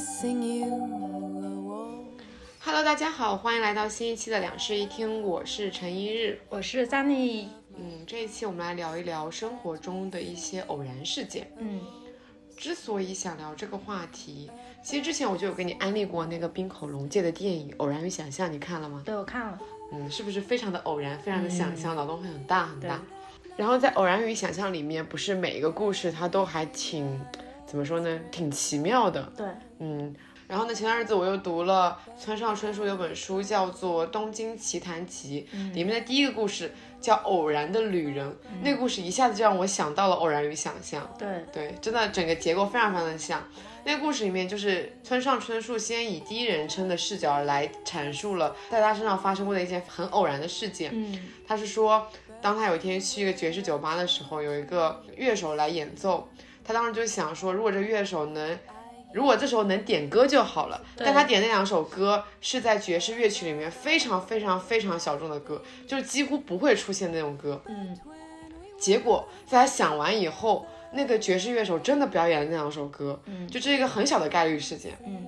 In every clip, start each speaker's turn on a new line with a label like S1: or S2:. S1: sing you a waltz.
S2: Hello，大家好，欢迎来到新一期的两室一厅，我是陈一日。
S3: 我是萨米，
S2: 嗯，这一期我们来聊一聊生活中的一些偶然事件。
S3: 嗯，
S2: 之所以想聊这个话题，其实之前我就有给你安利过那个冰口龙介的电影《偶然与想象》，你看了吗？
S3: 对我看了，
S2: 嗯，是不是非常的偶然，非常的想象，脑洞会很大很
S3: 嗯对
S2: 大。然后在《偶然与想象》里面，不是每一个故事它都还挺，怎么说呢，挺奇妙的。
S3: 对，
S2: 嗯，然后呢，前段日子我又读了村上春树有本书叫做《东京奇谭集》，
S3: 嗯
S2: 里面的第一个故事叫《偶然的旅人》，那个故事一下子就让我想到了《偶然与想象》。
S3: 对，
S2: 对，真的整个结构非常非常的像。那个故事里面，就是村上春树先以第一人称的视角来阐述了在他身上发生过的一件很偶然的事件。
S3: 嗯，
S2: 他是说，当他有一天去一个爵士酒吧的时候，有一个乐手来演奏，他当时就想说，如果这乐手能，如果这时候能点歌就好了。
S3: 对
S2: 但他点那两首歌是在爵士乐曲里面非常非常非常小众的歌，就是几乎不会出现那种歌。
S3: 嗯，
S2: 结果在他想完以后，那个爵士乐手真的表演了那两首歌，
S3: 嗯
S2: 就这是一个很小的概率事件。
S3: 嗯，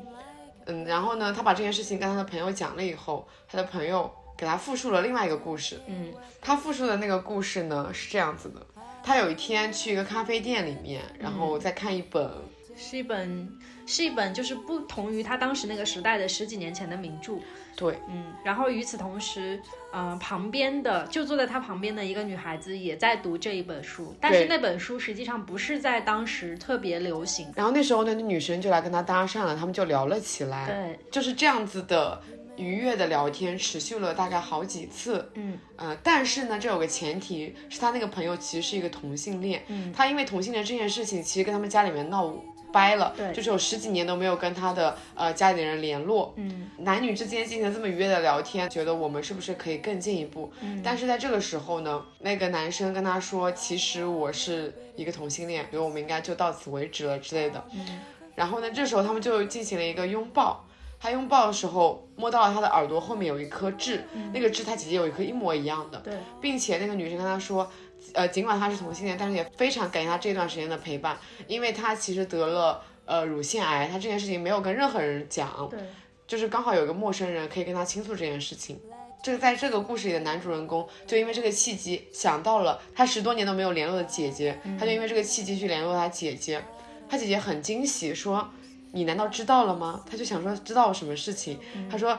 S2: 嗯，然后呢，他把这件事情跟他的朋友讲了以后，他的朋友给他复述了另外一个故事。
S3: 嗯，
S2: 他复述的那个故事呢是这样子的：他有一天去一个咖啡店里面，然后
S3: 嗯
S2: 在看一本，
S3: 是一本是一本就是不同于他当时那个时代的十几年前的名著，
S2: 对，
S3: 嗯，然后与此同时，呃，旁边的就坐在他旁边的一个女孩子也在读这一本书，但是
S2: 对
S3: 那本书实际上不是在当时特别流行，
S2: 然后那时候呢，那女生就来跟他搭讪了，他们就聊了起来，
S3: 对，
S2: 就是这样子的愉悦的聊天持续了大概好几次。
S3: 嗯
S2: 呃，但是呢，这有个前提是他那个朋友其实是一个同性恋，
S3: 嗯
S2: 他因为同性恋这件事情，其实跟他们家里面闹掰了，
S3: 对
S2: 就是有十几年都没有跟他的呃家里人联络，
S3: 嗯
S2: 男女之间进行这么愉悦的聊天，觉得我们是不是可以更进一步？
S3: 嗯
S2: 但是在这个时候呢，那个男生跟他说，其实我是一个同性恋，觉得我们应该就到此为止了之类的。
S3: 嗯
S2: 然后呢，这时候他们就进行了一个拥抱。他拥抱的时候，摸到了他的耳朵后面有一颗痣，那个痣他姐姐有一颗一模一样的，
S3: 嗯对，
S2: 并且那个女生跟他说，呃，尽管他是同性恋，但是也非常感谢他这段时间的陪伴，因为他其实得了呃乳腺癌，他这件事情没有跟任何人讲，
S3: 对，
S2: 就是刚好有一个陌生人可以跟他倾诉这件事情。这个在这个故事里的男主人公就因为这个契机想到了他十多年都没有联络的姐姐，
S3: 嗯
S2: 他就因为这个契机去联络他姐姐，他姐姐很惊喜说：“你难道知道了吗？”他就想说知道了什么事情，
S3: 嗯
S2: 他说：“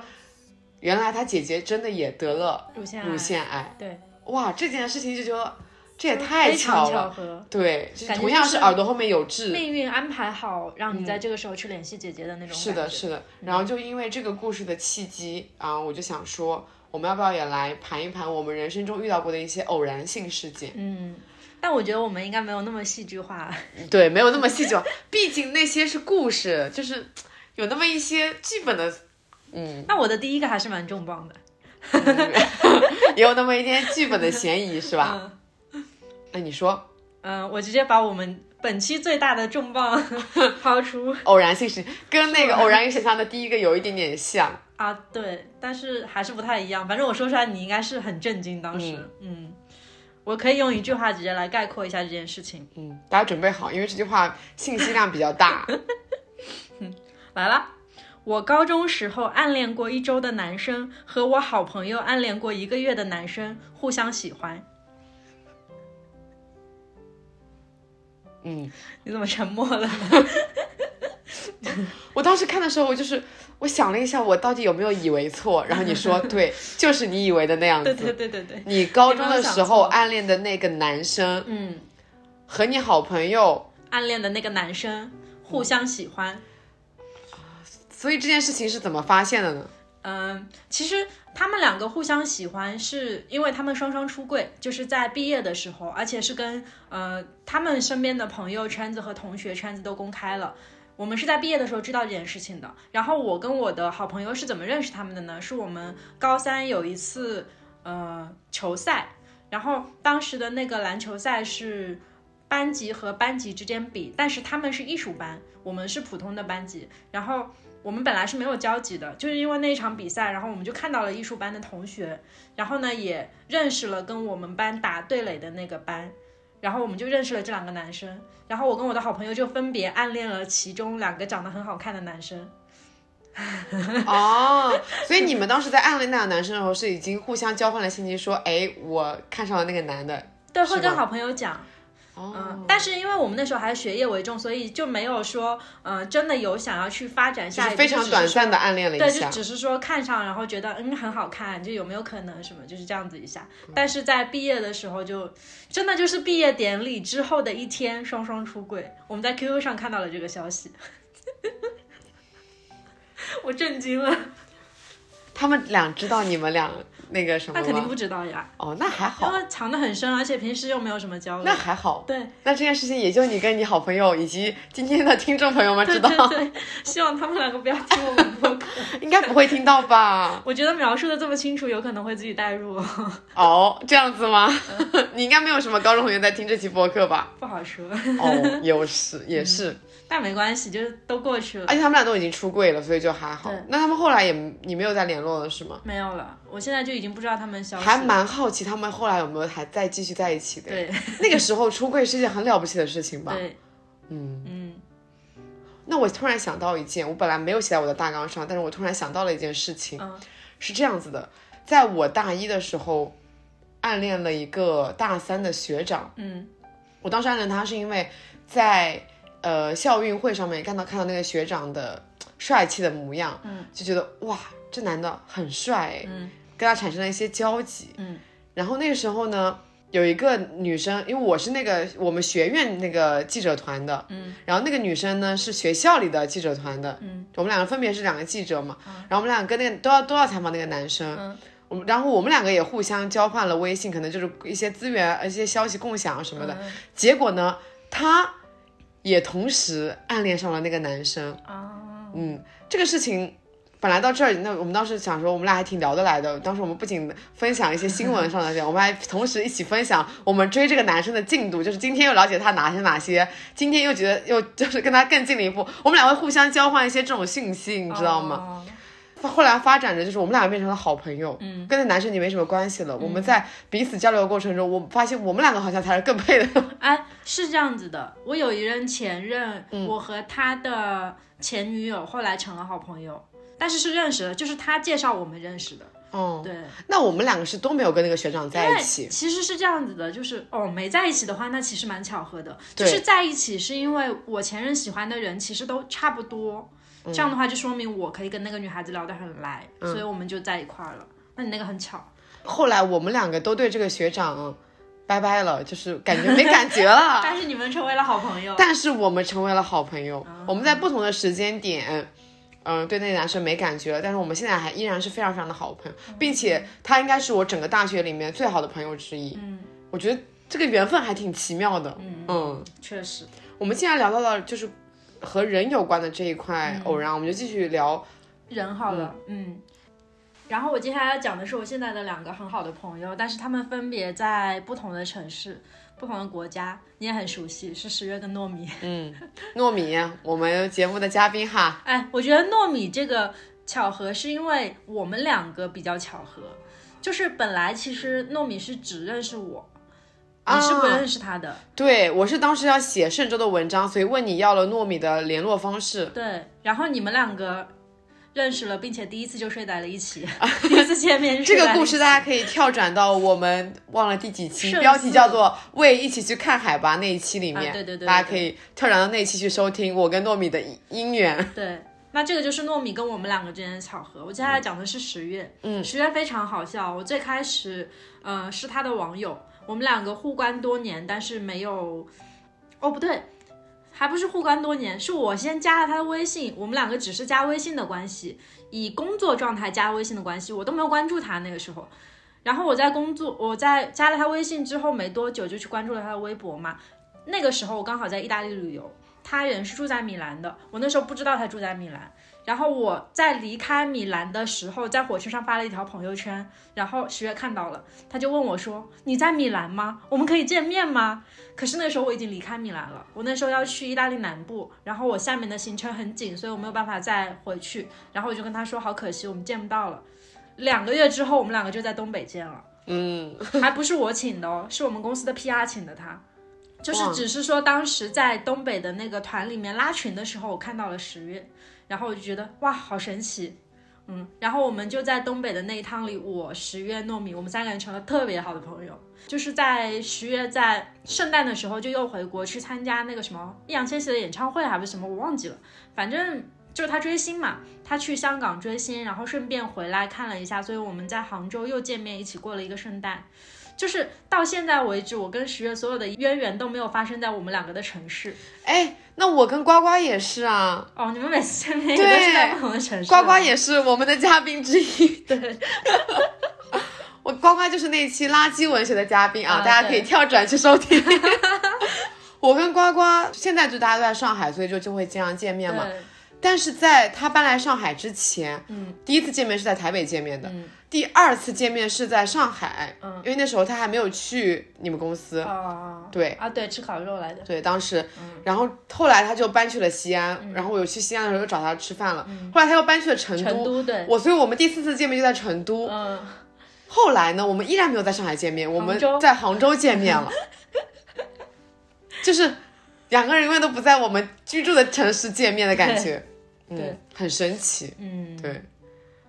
S2: 原来他姐姐真的也得了
S3: 乳腺癌，
S2: 乳腺癌。
S3: 对，”
S2: 哇，这件事情就觉得这也
S3: 非
S2: 太
S3: 常
S2: 巧
S3: 巧
S2: 了。
S3: 合。
S2: 对，就是
S3: 感觉
S2: 同样
S3: 就是
S2: 是耳朵后面有痣，
S3: 命运安排好，让你在这个时候去联系姐姐的那种感觉。
S2: 嗯是的，是的。然后就因为这个故事的契机啊，我就想说，我们要不要也来盘一盘我们人生中遇到过的一些偶然性事件？
S3: 嗯，但我觉得我们应该没有那么戏剧化。
S2: 对，没有那么细究，毕竟那些是故事，就是有那么一些剧本的，
S3: 那我的第一个还是蛮重磅的。
S2: 也有那么一点剧本的嫌疑，是吧？那你说
S3: 嗯、我直接把我们本期最大的重磅 抛出
S2: 偶然性事跟那个偶然与想象的第一个有一点点像，
S3: 啊，对，但是还是不太一样。反正我说出来，你应该是很震惊。当时，嗯我可以用一句话直接来概括一下这件事情。
S2: 嗯，大家准备好，因为这句话信息量比较 大。
S3: 来了。我高中时候暗恋过一周的男生和我好朋友暗恋过一个月的男生互相喜欢。
S2: 嗯，
S3: 你怎么沉默了？
S2: 我当时看的时候，我就是我想了一下，我到底有没有以为错？然后你 说对，就是你以为的那样
S3: 对对
S2: 子。
S3: 对对对，
S2: 你高中的时
S3: 有没有
S2: 候
S3: 想错
S2: 暗恋的那个男生
S3: 嗯，
S2: 和你好朋友，
S3: 暗恋的那个男生互相喜欢。
S2: 所以这件事情是怎么发现的呢？
S3: 嗯，其实他们两个互相喜欢，是因为他们双双出柜，就是在毕业的时候，而且是跟呃他们身边的朋友圈子和同学圈子都公开了。我们是在毕业的时候知道这件事情的。然后我跟我的好朋友是怎么认识他们的呢？是我们高三有一次呃球赛，然后当时的那个篮球赛是班级和班级之间比，但是他们是艺术班，我们是普通的班级。然后我们本来是没有交集的，就是因为那一场比赛，然后我们就看到了艺术班的同学，然后呢也认识了跟我们班打对垒的那个班，然后我们就认识了这两个男生，然后我跟我的好朋友就分别暗恋了其中两个长得很好看的男生，
S2: 哦，所以你们当时在暗恋那个男生的时候，是已经互相交换了信息，说，哎，我看上了那个男的。
S3: 对，
S2: 是
S3: 会跟
S2: 吗
S3: 好朋友讲。
S2: 哦
S3: 嗯，，但是因为我们那时候还是学业为重，所以就没有说，嗯、真的有想要去发展
S2: 就
S3: 下一
S2: 是
S3: 步，
S2: 非常
S3: 就只是
S2: 短
S3: 说
S2: 暂的暗恋了
S3: 对，
S2: 一
S3: 就
S2: 下。
S3: 只是说看上，然后觉得嗯很好看，就有没有可能什么，就是这样子一下。
S2: 嗯
S3: 但是在毕业的时候就，真的就是毕业典礼之后的一天，双双出柜。我们在 QQ 上看到了这个消息， 我震惊了。
S2: 他们俩知道你们俩那个什么
S3: 他
S2: 吗？
S3: 肯定不知道呀，
S2: 哦，那还
S3: 因
S2: 好，
S3: 为藏得很深，而且平时又没有什么交流
S2: 那。还好。
S3: 对
S2: 那这件事情也就你跟你好朋友以及今天的听众朋友们知
S3: 对
S2: 道，
S3: 对 对，希望他们两个不要听我们播客。
S2: 应该不会听到吧？
S3: 我觉得描述的这么清楚，有可能会自己带入，
S2: 哦，这样子吗？ 你应该没有什么高中同学在听这期播客 吧？
S3: 不好说。
S2: 哦，有是也是，
S3: 但没关系，就是都过去了
S2: 而。且他们俩都已经出柜了，所以就还好
S3: 对。
S2: 那他们后来也你没有再联络了是吗？
S3: 没有了，我现在就已经不知道他们消息了。
S2: 还蛮好奇他们后来有没有还再继续在一起的。
S3: 对
S2: 那个时候出柜是件很了不起的事情吧？
S3: 对，
S2: 嗯，
S3: 嗯，
S2: 那我突然想到一件，我本来没有写在我的大纲上，但是我突然想到了一件事情，
S3: 嗯
S2: 是这样子的，在我大一的时候，暗恋了一个大三的学长，
S3: 嗯
S2: 我当时暗恋他是因为在呃校运会上面看到看到那个学长的帅气的模样，
S3: 嗯，
S2: 就觉得哇，这男的很帅诶，
S3: 嗯
S2: 跟他产生了一些交集，
S3: 嗯
S2: 然后那个时候呢，有一个女生，因为我是那个我们学院那个记者团的，
S3: 嗯，
S2: 然后那个女生呢是学校里的记者团的，
S3: 嗯，
S2: 我们两个分别是两个记者嘛，然后我们两个跟那个都要都要采访那个男生，
S3: 嗯，
S2: 我们然后我们两个也互相交换了微信，可能就是一些资源、一些消息共享什么的，
S3: 嗯
S2: 结果呢，她也同时暗恋上了那个男生，
S3: 啊，
S2: 嗯，这个事情本来到这儿，那我们当时想说我们俩还挺聊得来的。当时我们不仅分享一些新闻上的这样，我们还同时一起分享我们追这个男生的进度，就是今天又了解他哪些哪些，今天又觉得又就是跟他更进了一步。我们俩会互相交换一些这种信息，你知道吗？
S3: 吗？
S2: 后来发展着就是我们俩变成了好朋友，
S3: 嗯，
S2: 跟那男生已经没什么关系了。我们在彼此交流的过程中，我发现我们两个好像才是更配的。
S3: 哎，是这样子的，我有一任前任，
S2: 嗯
S3: 我和他的前女友后来成了好朋友，但是是认识的，就是他介绍我们认识的。
S2: 哦，
S3: 对，
S2: 那我们两个是都没有跟那个学长在一
S3: 因为
S2: 起。
S3: 其实是这样子的，就是哦，没在一起的话，那其实蛮巧合的。就
S2: 对
S3: 是在一起，是因为我前任喜欢的人其实都差不多，
S2: 嗯
S3: 这样的话就说明我可以跟那个女孩子聊得很来，所以我们就在一块儿了。那你那个很巧，
S2: 啊后来我们两个都对这个学长拜拜了，就是感觉没感觉了。
S3: 但是你们成为了好朋友。
S2: 但是我们成为了好朋友，
S3: 啊
S2: 我们在不同的时间点，嗯、对那个男生没感觉了，但是我们现在还依然是非常非常的好朋友，
S3: 嗯
S2: 并且他应该是我整个大学里面最好的朋友之一。
S3: 嗯
S2: 我觉得这个缘分还挺奇妙的。
S3: 嗯，
S2: 嗯，
S3: 确实，
S2: 我们既然聊到了就是和人有关的这一块
S3: 嗯
S2: 偶然，我们就继续聊。
S3: 人好了，嗯。然后我接下来要讲的是我现在的两个很好的朋友，但是他们分别在不同的城市、不同的国家，你也很熟悉，是十月跟糯米。
S2: 嗯，糯米，我们节目的嘉宾哈，
S3: 哎，我觉得糯米这个巧合是因为我们两个比较巧合，就是本来其实糯米是只认识我，你是不
S2: 啊
S3: 认识他的，
S2: 对，我是当时要写嵊州的文章，所以问你要了糯米的联络方式。
S3: 对。然后你们两个认识了，并且第一次就睡在了 一起，第一次见面就
S2: 这
S3: 睡在
S2: 个
S3: 了
S2: 故
S3: 一
S2: 事
S3: 起
S2: 大家可以跳转到我们忘了第几期，
S3: 是
S2: 标题
S3: 是
S2: 叫做“为一起去看海吧”那一期里面，
S3: 啊对对对
S2: 大家
S3: 对
S2: 可以跳转到那一期去收听我跟糯米的姻缘。
S3: 对。那这个就是糯米跟我们两个之间的巧合。我接下来讲的是十月，
S2: 嗯
S3: 十月非常好笑。我最开始，呃，是他的网友，我们两个互关多年，但是没有，哦，不对，还不是互关多年，是我先加了他的微信，我们两个只是加微信的关系，以工作状态加微信的关系，我都没有关注他那个时候。然后我在工作，我在加了他微信之后没多久就去关注了他的微博嘛。那个时候我刚好在意大利旅游，他人是住在米兰的，我那时候不知道他住在米兰。然后我在离开米兰的时候，在火车上发了一条朋友圈，然后十月看到了，他就问我说：“你在米兰吗？我们可以见面吗？”可是那时候我已经离开米兰了，我那时候要去意大利南部，然后我下面的行程很紧，所以我没有办法再回去。然后我就跟他说：“好可惜，我们见不到了。”两个月之后，我们两个就在东北见了。
S2: 嗯，
S3: 还不是我请的哦，是我们公司的 PR 请的他。就是
S2: 哇
S3: 只是说当时在东北的那个团里面拉群的时候，我看到了十月，然后我就觉得哇，好神奇。嗯，然后我们就在东北的那一趟里，我十月糯米，我们三个人成了特别好的朋友。就是在十月，在圣诞的时候就又回国去参加那个什么易烊千玺的演唱会还是什么，我忘记了。反正就是他追星嘛，他去香港追星，然后顺便回来看了一下，所以我们在杭州又见面，一起过了一个圣诞。就是到现在为止，我跟十月所有的渊源都没有发生在我们两个的城市。
S2: 哎，那我跟呱呱也是啊，
S3: 哦，你们每次见面也都是在不同的城市。
S2: 呱呱也是我们的嘉宾之一。
S3: 对，
S2: 我呱呱就是那期垃圾文学的嘉宾啊，
S3: 啊
S2: 大家可以
S3: 对
S2: 跳转去收听。 我跟呱呱现在就大家都在上海，所以就就会经常见面嘛。
S3: 对
S2: 但是在他搬来上海之前，
S3: 嗯，
S2: 第一次见面是在台北见面的，
S3: 嗯
S2: 第二次见面是在上海，
S3: 嗯
S2: 因为那时候他还没有去你们公司，
S3: 啊，
S2: 对
S3: 啊，对，吃烤肉来的。
S2: 对，当时，
S3: 嗯
S2: 然后后来他就搬去了西安，然后我有去西安的时候又找他吃饭了，后来他又搬去了成都，
S3: 嗯成都对，
S2: 我所以我们第四次见面就在成都，
S3: 嗯，
S2: 后来呢，我们依然没有在上海见面，我们
S3: 州
S2: 在杭州见面 了，就是两个人永远都不在我们居住的城市见面的感觉，嗯
S3: 对，
S2: 很神奇，
S3: 嗯，
S2: 对。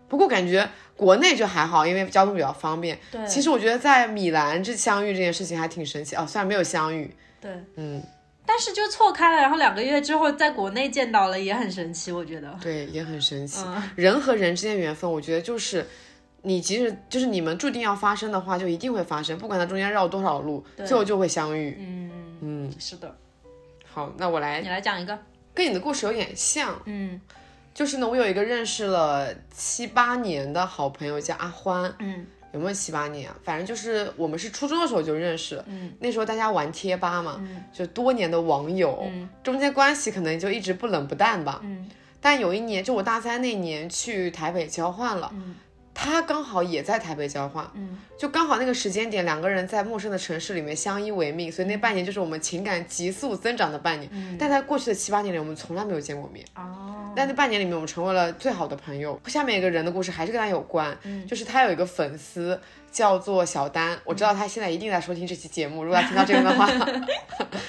S2: 不过感觉国内就还好，因为交通比较方便。
S3: 对
S2: 其实我觉得在米兰这相遇这件事情还挺神奇哦，虽然没有相遇，
S3: 对，
S2: 嗯，
S3: 但是就错开了，然后两个月之后在国内见到了，也很神奇，我觉得。
S2: 对，也很神奇。
S3: 嗯
S2: 人和人之间缘分，我觉得就是你即使就是你们注定要发生的话，就一定会发生，不管它中间绕多少路，
S3: 对
S2: 最后就会相遇。
S3: 嗯，
S2: 嗯，
S3: 是的，
S2: 好，那我来
S3: 你来讲一个。
S2: 跟你的故事有点像，
S3: 嗯
S2: 就是呢，我有一个认识了七八年的好朋友叫阿欢，
S3: 嗯
S2: 有没有七八年啊？反正就是我们是初中的时候就认识了，
S3: 嗯
S2: 那时候大家玩贴吧嘛，
S3: 嗯
S2: 就多年的网友，
S3: 嗯
S2: 中间关系可能就一直不冷不淡吧。
S3: 嗯
S2: 但有一年，就我大三那年去台北交换了，
S3: 嗯
S2: 他刚好也在台北交换，
S3: 嗯，
S2: 就刚好那个时间点，两个人在陌生的城市里面相依为命，所以那半年就是我们情感急速增长的半年。
S3: 嗯
S2: 但在过去的七八年里，我们从来没有见过面。
S3: 哦，
S2: 但那半年里面，我们成为了最好的朋友。下面一个人的故事还是跟他有关，
S3: 嗯
S2: 就是他有一个粉丝叫做小丹，我知道他现在一定在收听这期节目，如果他听到这个的 话，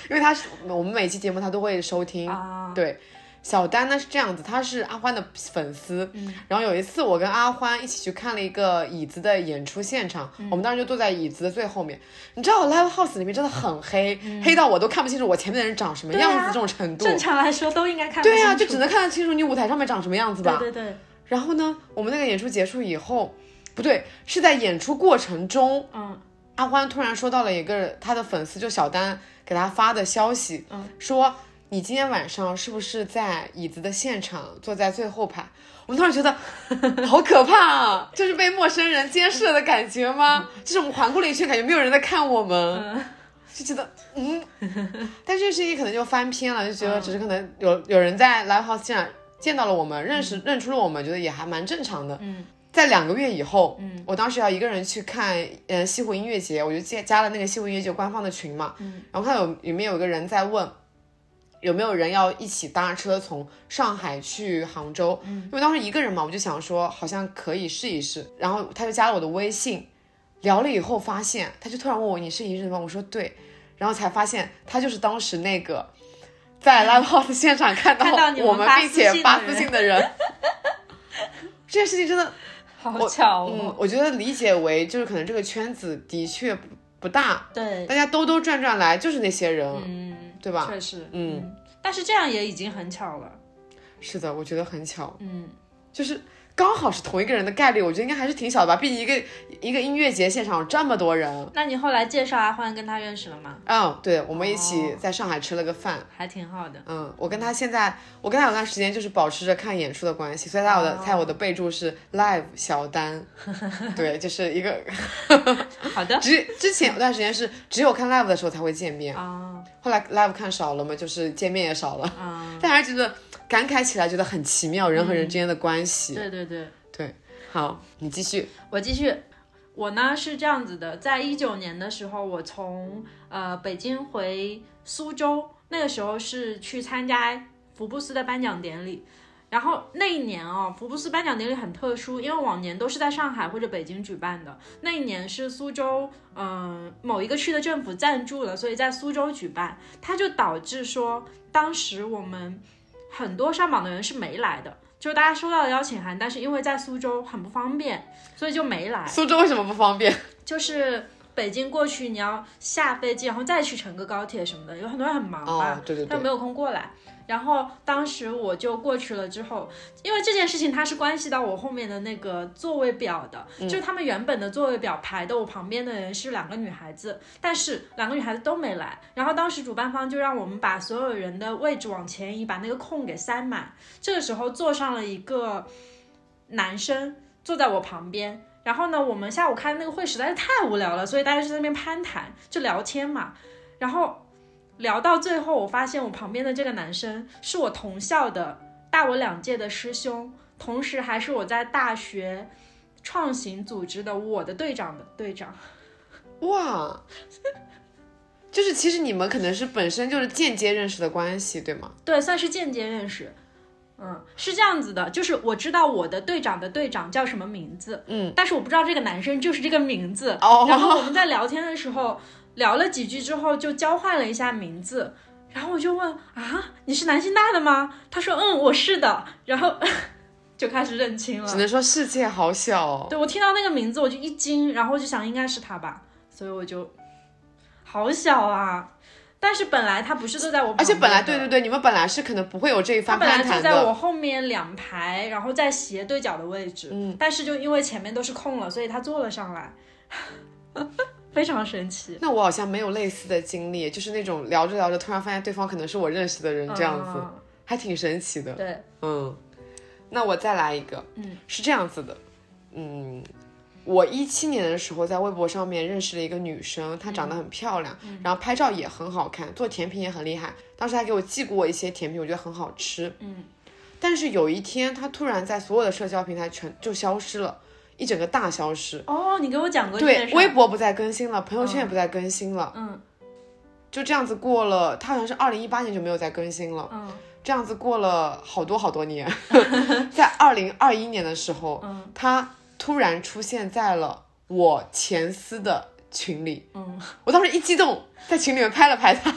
S2: 因为他是我们每期节目他都会收听，
S3: 啊，
S2: 对，小丹呢是这样子，他是阿欢的粉丝。
S3: 嗯
S2: 然后有一次，我跟阿欢一起去看了一个椅子的演出现场，
S3: 嗯
S2: 我们当时就坐在椅子的最后面。你知道，live house 里面真的很黑，黑到我都看不清楚我前面的人长什么
S3: 嗯对
S2: 样
S3: 啊
S2: 子，这种程度。
S3: 正常来说都应该看不
S2: 对呀、
S3: 清
S2: 就
S3: 楚
S2: 只能看得清楚你舞台上面长什么样子吧。
S3: 对对对，
S2: 然后呢，我们那个演出结束以后，不对，是在演出过程中，
S3: 嗯
S2: 阿欢突然收到了一个他的粉丝就小丹给他发的消息，
S3: 嗯
S2: 说你今天晚上是不是在椅子的现场坐在最后排？我们当时觉得 好可怕啊，就是被陌生人监视了的感觉吗？就是我们环顾了一圈，感觉没有人在看我们，
S3: 嗯
S2: 就觉得嗯， 但这件事情可能就翻篇了，就
S3: 嗯
S2: 觉得只是可能有有人在 live house 现场见到了我们，认识认出了我们，觉得也还蛮正常的。
S3: 嗯
S2: 在两个月以后，
S3: 嗯，
S2: 我当时要一个人去看，呃，西湖音乐节，我就加加了那个西湖音乐节官方的群嘛，
S3: 嗯，
S2: 然后看有里面有一个人在问，有没有人要一起搭车从上海去杭州，嗯，因为当时一个人嘛，我就想说好像可以试一试，然后他就加了我的微信，聊了以后发现，他就突然问我你是一日人吗？我说对，然后才发现他就是当时那个。 在 Live House 现场看到
S3: 看到你们
S2: 我们，
S3: 发
S2: 并
S3: 私
S2: 且
S3: 信的
S2: 发
S3: 人
S2: 私信的人， 这件事情真的
S3: 好巧
S2: 嗯
S3: 哦，，
S2: 我觉得理解为就是可能这个圈子的确不不大，
S3: 对，
S2: 大家兜兜转转来就是那些人，
S3: 嗯，
S2: 对吧？
S3: 确实，
S2: 嗯，
S3: 但是这样也已经很巧了，
S2: 是的，我觉得很巧，
S3: 嗯，
S2: 就是刚好是同一个人的概率，我觉得应该还是挺小的吧。毕竟一个一个音乐节现场有这么多人，
S3: 那你后来介绍阿欢跟他认识了吗？
S2: 嗯，对，我们一起
S3: 哦
S2: 在上海吃了个饭。
S3: 还挺好的，
S2: 嗯，我跟他现在，我跟他有段时间就是保持着看演出的关系，所以他有的、
S3: 哦
S2: 在我的备注是 live 小丹，对，就是一个
S3: 好的
S2: 之之前有段时间是只有看 live 的时候才会见面，
S3: 啊
S2: 后来 live 看少了嘛，就是见面也少了，
S3: 啊，嗯
S2: 但还是觉得感慨起来觉得很奇妙，人和人之间的关系。
S3: 对对对，
S2: 对，好，你继续。
S3: 我继续。我呢是这样子的，在一九年的时候，我从呃北京回苏州，那个时候是去参加福布斯的颁奖典礼。然后那一年哦，福布斯颁奖典礼很特殊，因为往年都是在上海或者北京举办的，那一年是苏州，嗯、某一个区的政府赞助了，所以在苏州举办，它就导致说当时我们很多上榜的人是没来的，就是大家收到了邀请函，但是因为在苏州很不方便，所以就没来。
S2: 苏州为什么不方便？
S3: 就是北京过去，你要下飞机，然后再去乘个高铁什么的，有很多人很忙吧，
S2: 哦，对对
S3: 他
S2: 对
S3: 没，有空过来。然后当时我就过去了之后，因为这件事情它是关系到我后面的那个座位表的，
S2: 嗯
S3: 就是他们原本的座位表排的我旁边的人是两个女孩子，但是两个女孩子都没来。然后当时主办方就让我们把所有人的位置往前移，把那个空给塞满。这个时候坐上了一个男生坐在我旁边。然后呢，我们下午开的那个会实在是太无聊了，所以大家就在那边攀谈，就聊天嘛。然后聊到最后，我发现我旁边的这个男生是我同校的，大我两届的师兄，同时还是我在大学创新组织的我的队长的队长。
S2: 哇，就是其实你们可能是本身就是间接认识的关系，对吗？
S3: 对，算是间接认识。嗯，是这样子的，就是我知道我的队长的队长叫什么名字，
S2: 嗯，
S3: 但是我不知道这个男生就是这个名字。
S2: 哦
S3: 然后我们在聊天的时候聊了几句之后，就交换了一下名字。然后我就问啊，你是南师大的吗？他说嗯，我是的。然后 就开始认清
S2: 只
S3: 了。
S2: 能说世界好小哦。
S3: 对我听到那个名字我就一惊，然后我就想应该是他吧，所以我就好小啊。但是本来他不是坐在我旁
S2: 而且本来
S3: 边
S2: 对
S3: 的
S2: 对对，你们本来是可能不会有这一
S3: 他
S2: 番
S3: 本来
S2: 攀
S3: 就
S2: 谈
S3: 在
S2: 的，
S3: 我后面两排，然后在斜对角的位置，
S2: 嗯，
S3: 但是就因为前面都是空了，所以他坐了上来， 非常神奇。
S2: 那我好像没有类似的经历，就是那种聊着聊着，突然发现对方可能是我认识的人，这样子、
S3: 嗯
S2: 还挺神奇的。
S3: 对，
S2: 嗯，那我再来一个，
S3: 嗯，
S2: 是这样子的，嗯，我一七年的时候在微博上面认识了一个女生，她
S3: 嗯
S2: 长得很漂亮，然后拍照也很好看，做甜品也很厉害，当时还给我寄过我一些甜品，我觉得很好吃，
S3: 嗯，
S2: 但是有一天她突然在所有的社交平台全就消失了，一整个大消失。
S3: 哦，你给我讲过这
S2: 对
S3: 件，事
S2: 微
S3: 儿，
S2: 博不再更新了，朋友圈也不再更新了，
S3: 嗯
S2: 就这样子过了。他好像是二零一八年就没有再更新了，
S3: 嗯
S2: 这样子过了好多好多 年。在二零二一年的时候，
S3: 嗯
S2: 他突然出现在了我前司的群里，
S3: 嗯，
S2: 我当时一激动，在群里面拍了拍 他。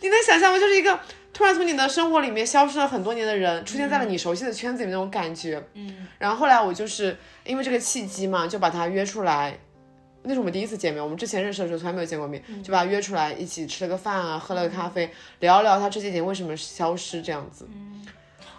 S2: 你能想象吗？就是一个突然从你的生活里面消失了很多年的人，出现在了你熟悉的圈子里面那种感觉。
S3: 嗯，
S2: 然后后来我就是因为这个契机嘛，就把他约出来。那是我们第一次见面，我们之前认识的时候从来没有见过面，
S3: 嗯
S2: 就把他约出来一起吃了个饭啊，喝了个咖啡，聊一聊他这些年为什么消失这样子。